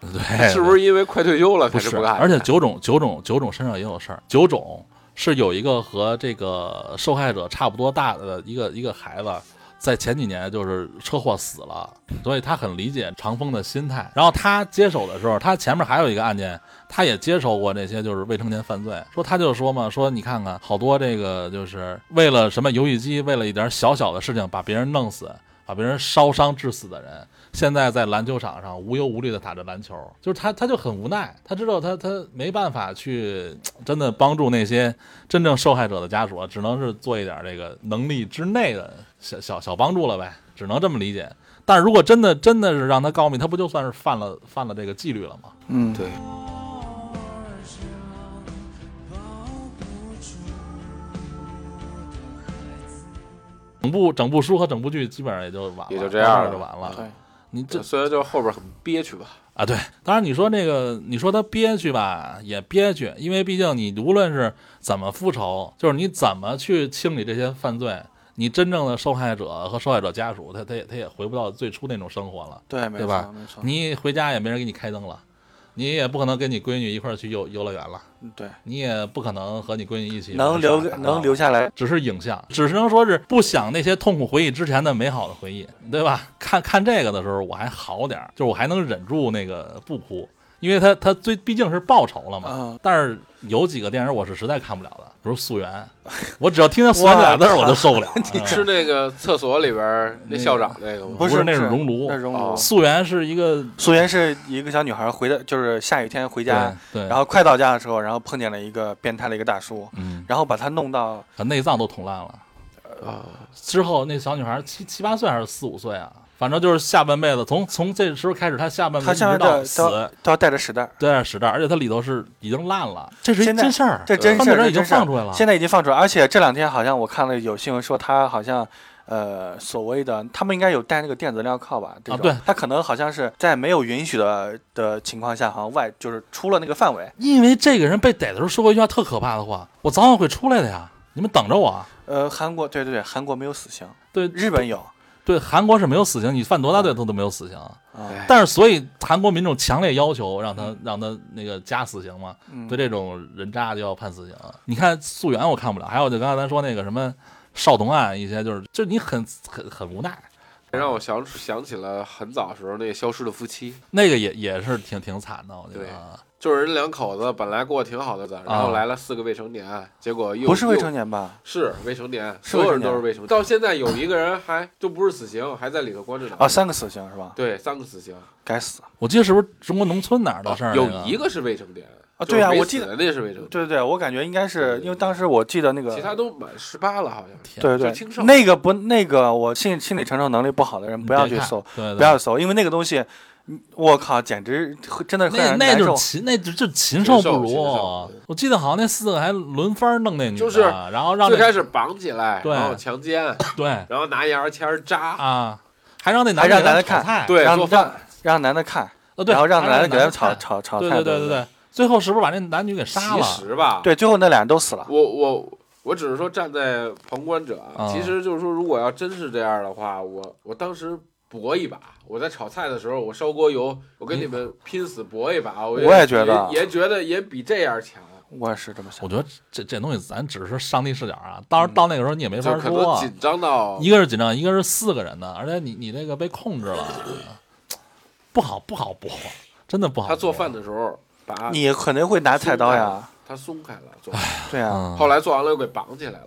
S2: 对，
S4: 是不是因为快退休了
S2: 不
S4: 才这
S2: 是？
S4: 么干？
S2: 而且九种九种九种身上也有事儿，九种是有一个和这个受害者差不多大的一个一个孩子。在前几年就是车祸死了，所以他很理解长风的心态。然后他接手的时候，他前面还有一个案件，他也接手过那些就是未成年犯罪。说他就说嘛，说你看看好多这个就是为了什么游戏机，为了一点小小的事情把别人弄死，把别人烧伤致死的人，现在在篮球场上无忧无虑的打着篮球，就是他他就很无奈，他知道他他没办法去真的帮助那些真正受害者的家属，啊只能是做一点这个能力之内的小小小帮助了呗，只能这么理解。但是如果真的真的是让他告密，他不就算是犯了犯了这个纪律了吗？
S3: 嗯，
S4: 对，
S2: 整部整部书和整部剧基本上也就完了，
S4: 也就这样
S2: 到儿
S4: 了
S2: 就完了。
S4: 对，
S2: 你这
S4: 虽然就后边很憋屈吧，
S2: 啊，对，当然你说那个，你说他憋屈吧，也憋屈，因为毕竟你无论是怎么复仇，就是你怎么去清理这些犯罪，你真正的受害者和受害者家属，他他也他也回不到最初那种生活了。
S3: 对，没
S2: 对吧
S3: 错，没错，
S2: 你回家也没人给你开灯了，你也不可能跟你闺女一块儿去游游乐园了，
S3: 嗯对，
S2: 你也不可能和你闺女一起
S3: 能
S2: 玩
S3: 留
S2: 耍啊
S3: 能留下来，
S2: 只是影像，只是能说是不想那些痛苦回忆之前的美好的回忆，对吧？看看这个的时候我还好点儿，就是我还能忍住那个不哭，因为他他最毕竟是报仇了嘛。
S3: 嗯
S2: 但是有几个电影我是实在看不了的，比如《溯源》，我只要听见“溯源”这俩字儿我就受不了。 嗯你
S4: 是那个厕所里边儿那校长那个吗？
S2: 嗯不
S3: 是
S2: 是那
S3: 是
S2: 是熔炉
S3: 那是熔
S4: 哦
S3: 炉。
S2: 溯源》是一个
S3: 素媛是一个小女孩，回的就是下雨天回家，
S2: 对，对
S3: 然后快到家的时候，然后碰见了一个变态的一个大叔，
S2: 嗯，
S3: 然后把他弄到
S2: 把内脏都捅烂了。
S4: 啊，
S2: 之后那小女孩七七八岁还是四五岁啊，反正就是下半辈子从从这时候开始，她下半辈
S3: 他
S2: 子
S3: 下
S2: 一直
S3: 面
S2: 到
S3: 的
S2: 死
S3: 都要都要带着屎袋儿，
S2: 对，屎袋，而且它里头是已经烂了，这是一
S3: 现在
S2: 真事儿，
S3: 这真
S2: 犯
S3: 事
S2: 罪
S3: 儿，
S2: 人
S3: 这
S2: 已经
S3: 真事儿
S2: 嗯放出来了。
S3: 现在已经放出来，而且这两天好像我看了有新闻说他好像。呃，所谓的他们应该有戴那个电子镣铐吧？这
S2: 啊
S3: 种
S2: 对
S3: 他可能好像是在没有允许的的情况下，好像外就是出了那个范围。
S2: 因为这个人被逮的时候说过一句话特可怕的话：“我早晚会出来的呀，你们等着我。啊
S3: 呃，韩国对对对，韩国没有死刑，”
S2: 对
S3: 日本有，
S2: 对，韩国是没有死刑，你犯多大罪他都没有死刑。
S3: 啊，
S2: 但是所以韩国民众强烈要求让他让他那个加死刑嘛，
S3: 嗯
S2: 对这种人渣就要判死刑。啊你看《溯源》我看不了，还有就刚才咱说那个什么少童案，一些就是就是你很很很无奈，
S4: 让我想想起了很早时候那个消失的夫妻，
S2: 那个也也是挺挺惨的，我觉
S4: 对
S2: 得啊。
S4: 就是人两口子本来过得挺好的日子，然后来了四个未成年，结果又
S3: 啊不是未成
S4: 又
S3: 年吧？
S4: 是未成年，
S3: 是
S4: 所有人
S3: 未成年
S4: 都是未成年。到现在有一个人还就不是死刑，还在里头关着呢。
S3: 啊，三个死刑是吧？
S4: 对，三个死刑，
S3: 该死。
S2: 我记得是不是中国农村哪儿的事儿、
S4: 有
S2: 那个
S4: 一个是未成年
S3: 啊对啊
S4: 就是没
S3: 我记得
S4: 死的那是未成年，
S3: 对对对，我感觉应该
S4: 对
S3: 是
S4: 对
S3: 因为当时我记得那个，
S4: 其他都满十八了，好像
S3: 对
S4: 就
S3: 对
S4: 是青少
S3: 对，那个不那个我心心理承受能力不好的人不要去搜，，
S2: 嗯对对
S3: 不要去搜，因为那个东西，嗯我靠，简直会真的会
S2: 那
S3: 让人
S2: 那
S3: 难
S2: 就
S3: 受
S2: 是。禽，那就就是禽
S4: 禽
S2: 兽不
S4: 兽
S2: 如啊
S4: 禽兽。
S2: 我记得好像那四个还轮番弄那女的，
S4: 就是
S2: 然后让
S4: 最
S2: 那
S4: 开始绑起来，
S2: 对
S4: 然后强奸，
S2: 对
S4: 然后拿牙签儿扎，
S2: 啊，还让那男
S3: 还让
S2: 的给他
S3: 男的
S2: 炒
S3: 看
S2: 菜
S4: 对，
S3: 让
S4: 做
S3: 让
S4: 饭，
S3: 让男的看，
S2: 呃对，
S3: 然后让
S2: 还
S3: 男的给他们
S2: 炒
S3: 炒，炒炒
S2: 对
S3: 菜，
S2: 对对对
S3: 对，
S2: 对，最后是不是把那男女给杀
S4: 其
S2: 了？
S4: 实吧，
S3: 对，最后那俩人都死了。
S4: 我我我只是说站在旁观者啊，
S2: 啊
S4: 其实就是说，如果要真是这样的话，我我当时搏一把，我在炒菜的时候，我烧锅油，我跟你们拼死搏一把，我
S3: 我
S4: 也
S3: 也觉得
S4: 也也觉得也比这样强，
S3: 我也是这么想
S2: 我。觉得这这东西咱只是上帝视角啊，到时
S3: 嗯
S2: 候到那个时候你也没
S4: 就
S2: 法
S4: 可能
S2: 说，啊
S4: 紧张到
S2: 一个是紧张，一个是四个人呢，而且你你这个被控制了，不好不好播，真的不好播。
S4: 他做饭的时候把
S3: 你肯定会拿菜刀呀，，
S4: 他松开了，做
S3: 对呀，
S2: 嗯
S4: 后来做完了又给绑起来了，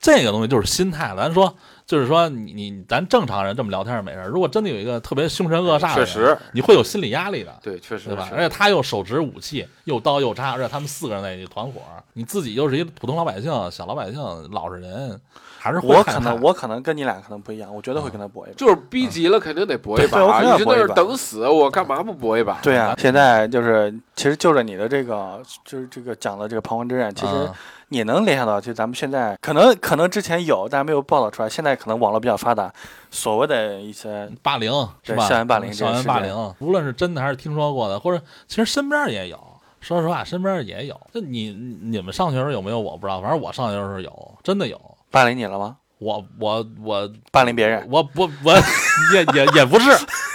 S2: 这个东西就是心态，咱说就是说你你咱正常人这么聊天是没事儿，如果真的有一个特别凶神恶煞的
S4: 确
S2: 人，
S4: 实，
S2: 你会有心理压力的，
S4: 对，确实
S2: 对吧？
S4: 是
S2: 而且他又手持武器，又刀又叉，而且他们四个人在一起团伙，你自己又是一普通老百姓、小老百姓、老实人，还是会
S3: 我
S2: 害怕
S3: 可能我可能跟你俩可能不一样，我绝对会跟他搏一把。
S4: 就是逼急了，肯定得搏一把啊
S3: 对我。肯定要
S4: 你就
S3: 搏
S4: 在
S3: 一把
S4: 那儿等死，我干嘛不搏一把？
S3: 对呀
S2: 嗯，
S3: 现在就是其实就着你的这个就是这个讲的这个彷徨之战，其实
S4: 嗯
S2: 啊
S3: 也能联想到，就咱们现在可能可能之前有，但是没有报道出来。现在可能网络比较发达，所谓的一些
S2: 霸凌是
S3: 对
S2: 吧？
S3: 校园霸凌这
S2: 校
S3: 个
S2: 园
S3: 事
S2: 霸
S3: 件
S2: 凌，无论是真的还是听说过的，或者其实身边也有。说实话，身边也有。就你你们上学时候有没有？我不知道，反正我上学时候有，真的有。
S3: 霸凌你了吗？
S2: 我我我
S3: 霸凌别人？
S2: 我不我也也也不是，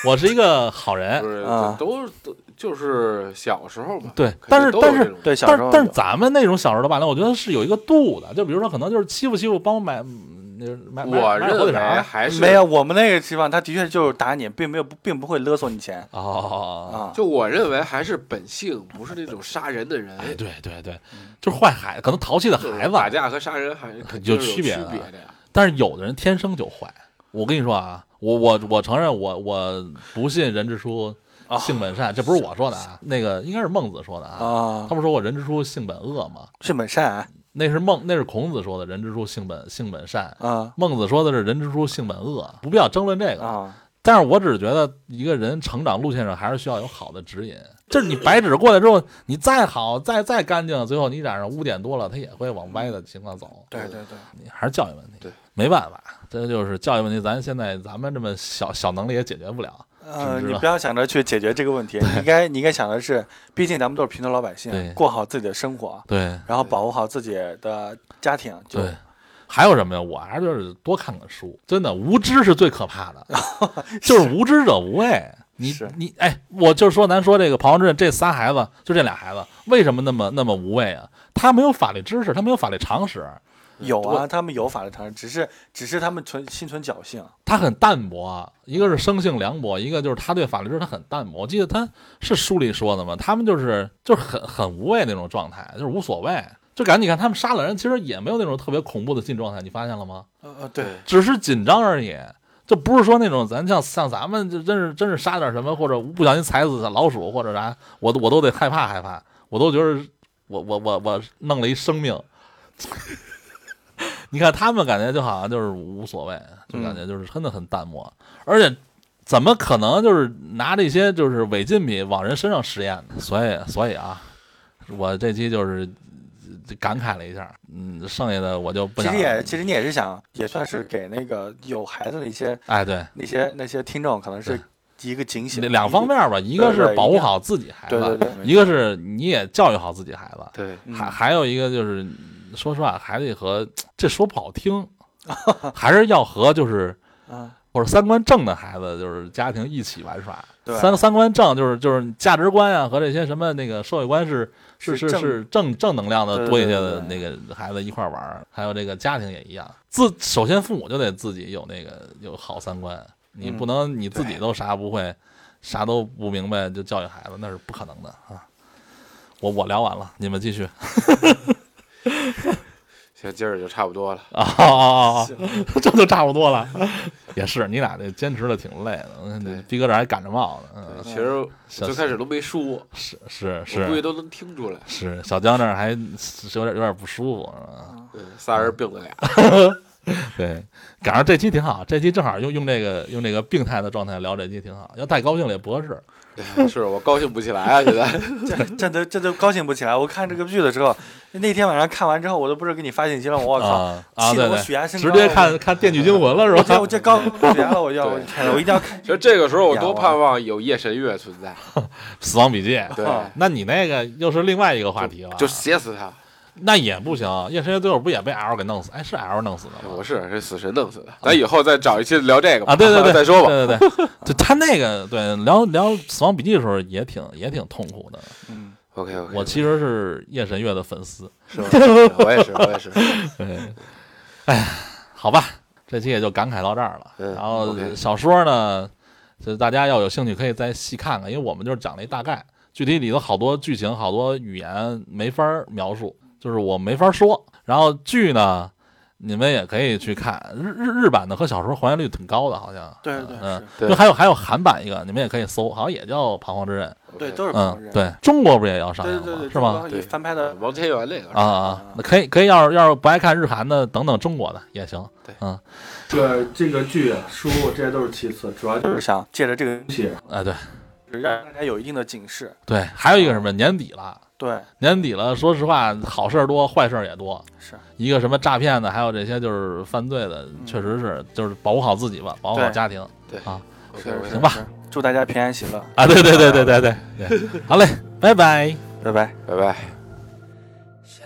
S2: 我是一个好
S4: 不
S2: 人。
S4: 是
S3: 啊
S4: 都都就是小时候嘛。
S2: 对
S4: 肯定
S2: 但是
S4: 都有
S2: 但是
S4: 这种
S3: 对，小
S2: 但
S3: 时
S2: 是
S3: 候
S2: 但是
S3: 有
S2: 咱们那种小时候的霸凌，我觉得是有一个度的。就比如说，可能就是欺负欺负，帮我买嗯那买买买火
S4: 我认
S2: 腿
S4: 为
S2: 肠。
S4: 还是
S3: 没有，我们那个地方，他的确就是打你，并没有并不会勒索你钱
S2: 哦，
S3: 啊。
S4: 就我认为还是本性，不是那种杀人的人。
S2: 哎，对对对，就是坏孩子，可能淘气的
S4: 就是
S2: 孩
S4: 打
S2: 子，
S4: 架和杀人还是肯定
S2: 有
S4: 是有
S2: 区别啊
S4: 区
S2: 的
S4: 别的呀。
S2: 但是有的人天生就坏。我跟你说啊，我我我承认我我不信人之初
S4: 啊
S2: 性本善，这不是我说的啊，那个应该是孟子说的啊。
S3: 啊
S2: 他，不说过人之初性本恶吗？
S3: 是本善啊
S2: 那是孟，那是孔子说的“人之初，性本性本善”。
S3: 啊
S2: 孟子说的是“人之初，性本恶”，不必要争论这个。
S3: 啊！
S2: 但是我只是觉得一个人成长路线上还是需要有好的指引。就是你
S3: 嗯
S2: 白纸过来之后，你再好再再干净，最后你染上污点多了，他也会往歪的情况走。
S3: 嗯对对对，
S2: 你还是教育问题。
S4: 对，
S2: 没办法，这就是教育问题。咱现在咱们这么小小能力也解决不了。
S3: 呃，
S2: 是
S3: 你
S4: 啊
S2: 吧
S3: 不要想着去解决这个问 题，你应该你应该想的是，毕竟咱们都是平头老百
S2: 对
S3: 姓，过好自己的生活，
S2: 对
S3: 然后保护好自己的家庭。就
S2: 对，还有什么呀？我还是就是多看看书，真的，无知是最可怕 的，就是无知者无畏。你
S3: 是
S2: 你哎，我就说，咱说这个庞志这仨孩子，就这俩孩子，为什么那么那么无畏啊？他没有法律知识，他没有法律常识，
S3: 有啊，
S2: 我
S3: 他们有法律常识，只是只是他们存心存侥幸。
S2: 他很淡薄。一个是生性凉薄，一个就是他对法律知识他很淡薄。我记得他是书里说的嘛，他们就是就是很很无畏那种状态，就是无所谓，就感觉你看他们杀了人，其实也没有那种特别恐怖的心理状态，你发现了吗？
S3: 呃呃，对，
S2: 只是紧张而已，就不是说那种咱像像咱们就真是真是杀点什么，或者不小心踩死小老鼠或者啥，我都我都得害怕害怕，我都觉得我我我我弄了一生命。 你看他们感觉就好像就是无所谓，就感觉就是真的很淡漠，而且怎么可能就是拿这些就是违禁品往人身上实验呢？所以所以啊，我这期就是呃感慨了一下，嗯，剩下的我就不
S3: 其
S2: 想
S3: 实也其实你也是想，也算是给那个有孩子的一些
S2: 哎对，
S3: 那些那些听众，可能是一个警醒。
S2: 两方面吧，一个是保护好自己孩
S3: 对
S2: 子，
S3: 对对，
S2: 一个是你也教育好自己孩子，
S4: 对，
S3: 嗯
S2: 还还有一个就是，说实话，还得和这说不好 听，还是要和就是
S3: 啊，
S2: 或者三观正的孩子，就是家庭一起玩耍。
S3: 对啊
S2: 三三观正就是就是价值观啊和这些什么那个社会观是是
S3: 是
S2: 是
S3: 正
S2: 是正正能量的
S3: 对对
S2: 多一些
S3: 对
S2: 的那
S3: 对
S2: 个孩子一块儿玩儿，还有这个家庭也一样。自首先父母就得自己有那个有好三观，你
S3: 嗯
S2: 不能你自己都啥不会，啥都不明白就教育孩子，那是不可能的啊。我我聊完了，你们继续
S4: 行，今儿就差不多了。
S2: 啊啊啊！啊 这就差不多了，也是你俩这坚持的挺累的，嗯逼哥这还赶着帽呢，嗯，
S4: 其实我
S2: 小
S4: 最开始都没说，
S2: 是是
S4: 我估计
S2: 是
S4: 都能听出来。
S2: 是，小江那儿还是有点有点不舒服，是吧？
S4: 对，嗯仨人并了俩，
S2: 对，赶上这期挺好，这期正好用用这个用这个病态的状态聊这期挺好，要太高兴了也不合适。
S4: 是我高兴不起来啊！现在
S3: 这 这都这都高兴不起来。我看这个剧的时候，那天晚上看完之后，我都不是给你发信息了，我靠，
S2: 啊啊，
S3: 气
S2: 对
S3: 得我
S2: 对，
S3: 血压升
S2: 直
S3: 高
S2: 接
S3: 了
S2: 看看《电锯惊 魂》了
S3: 我
S2: 是
S3: 这
S2: 吧？
S3: 我这高血压了，我要
S4: 对
S3: 我天哪，我一定要看。
S4: 其实这个时候我
S2: 啊
S4: 多盼望有夜神月存在。
S2: 死亡笔记。
S4: 对，
S2: 那你那个又是另外一个哦话题了，啊
S4: 就写死他！
S2: 那也不行。夜神月最后不也被 L 给弄死？哎，是 L 弄死的吗？
S4: 我是是死神弄死的。咱以后再找一期聊这个
S2: 嗯
S4: 吧
S2: 啊，对对对，
S4: 再说吧。
S2: 对对对，就他那个对聊聊《死亡笔记》的时候也挺也挺痛苦的。
S3: 嗯，
S4: OK OK，
S2: 我其实是夜神月的粉丝，
S4: 是吧是吧我也是，我 也是。
S2: 对，哎呀，好吧，这期也就感慨到这儿了。
S4: 嗯
S2: 然后
S4: OK
S2: 小说呢，就是大家要有兴趣可以再细看看，因为我们就是讲了一大概，具体里头好多剧情、好多语言没法儿描述，就是我没法儿说。然后剧呢，你们也可以去看，日日日版的和小说还原率挺高的，好像。
S3: 对对
S2: 嗯，
S3: 是，
S4: 对
S2: 就还有还有韩版一个，你们也可以搜，好像也叫《彷徨之刃》。
S3: 对都是旁
S2: 嗯
S3: 人，，
S2: 对，中国不也要上映
S3: 对
S2: 吗？
S3: 对对，
S2: 是吗？
S3: 中国翻拍的
S4: 王千源那个
S2: 啊啊，那可以可以，要是要是不爱看日韩的，等等中国的也行。
S6: 这个这个剧书这些都是其次，主要就
S3: 就是是想借着这个东西，
S2: 哎，对
S3: 让大家有一定的警示。
S2: 对，还有一个什么年底了，
S3: 对，
S2: 年底了，说实话，好事儿多，坏事儿也多。
S3: 是
S2: 一个什么诈骗的，还有这些就是犯罪的，确实是就是保护好自己吧，保护好
S3: 对
S2: 家庭
S4: ，OK
S3: 是
S4: OK
S2: 行吧，
S3: 是祝大家平安喜乐，
S2: 啊！对对对对对对，对 好嘞，拜拜。
S3: 拜拜。
S4: 拜拜。
S7: 小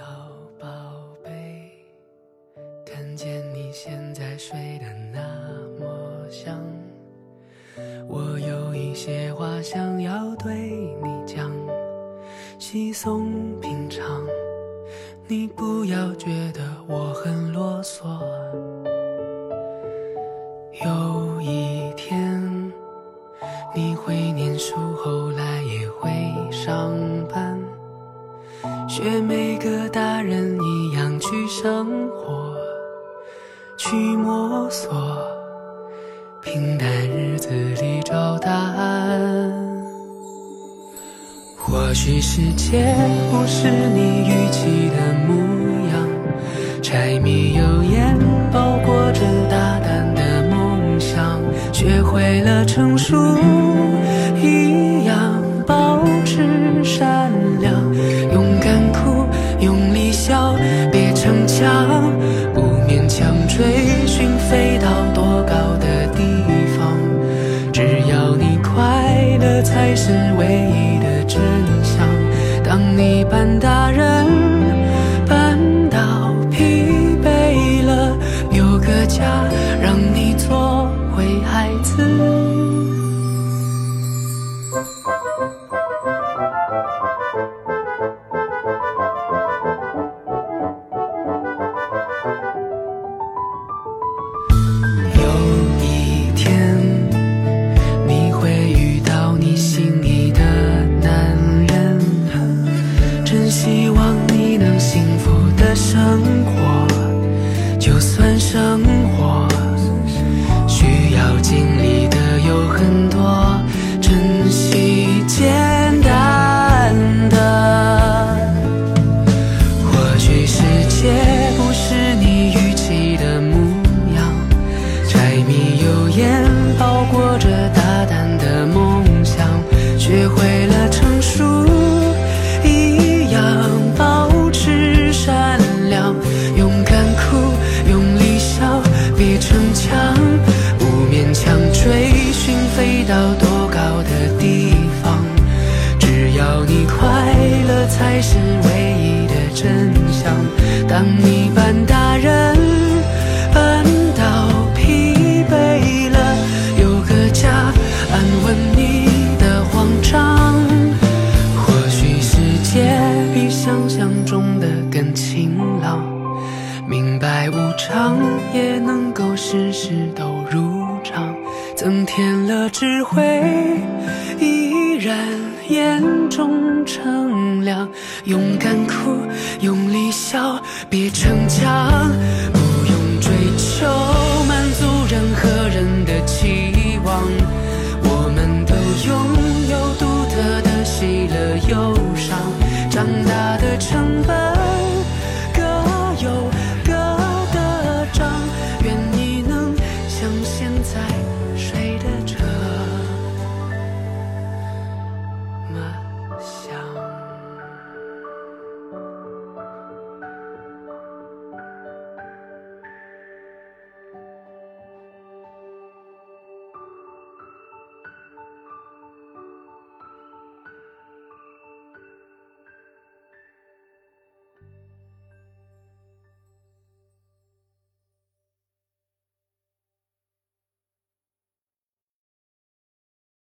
S7: 宝贝，看见你现在睡得那么香，我有一些话想要对你讲，稀松平常，你不要觉得我很啰嗦。有一天，你会念书，后来也会上班。学每个大人一样去生活，去摸索，平淡日子里找答案。或许世界不是你预期的模样，柴米油盐包裹着大胆的梦想，学会了成树一样保持善良，勇敢哭，用力笑，别逞强，不勉强追寻，飞到多高的地方，只要你快乐才是唯一的真相。当你扮大人，扮到疲惫了，有个家让你做回孩子。有一天，你会遇到你心仪的男人，真希望你能幸福的生活。就算生活需要经历的有很多，珍惜简单的。或许世界不是你预期的模样，柴米油盐包裹着大胆的梦想，学会了成熟，一样保持善良，勇敢哭，用力笑，别逞强，不勉强追寻，飞到多高的地方。只要你快乐才是唯一的真相。当你扮大人，扮到疲惫了，有个家安稳你的慌张。或许世界比想象中的更晴朗，明白无常也能够事事都如常，增添了智慧，依然眼中乘凉。勇敢哭，用力笑，别逞强，不用追求满足任何人的期望。我们都拥有独特的喜乐忧伤，长大的成本。各有各的章，愿你能像现在睡得这么香。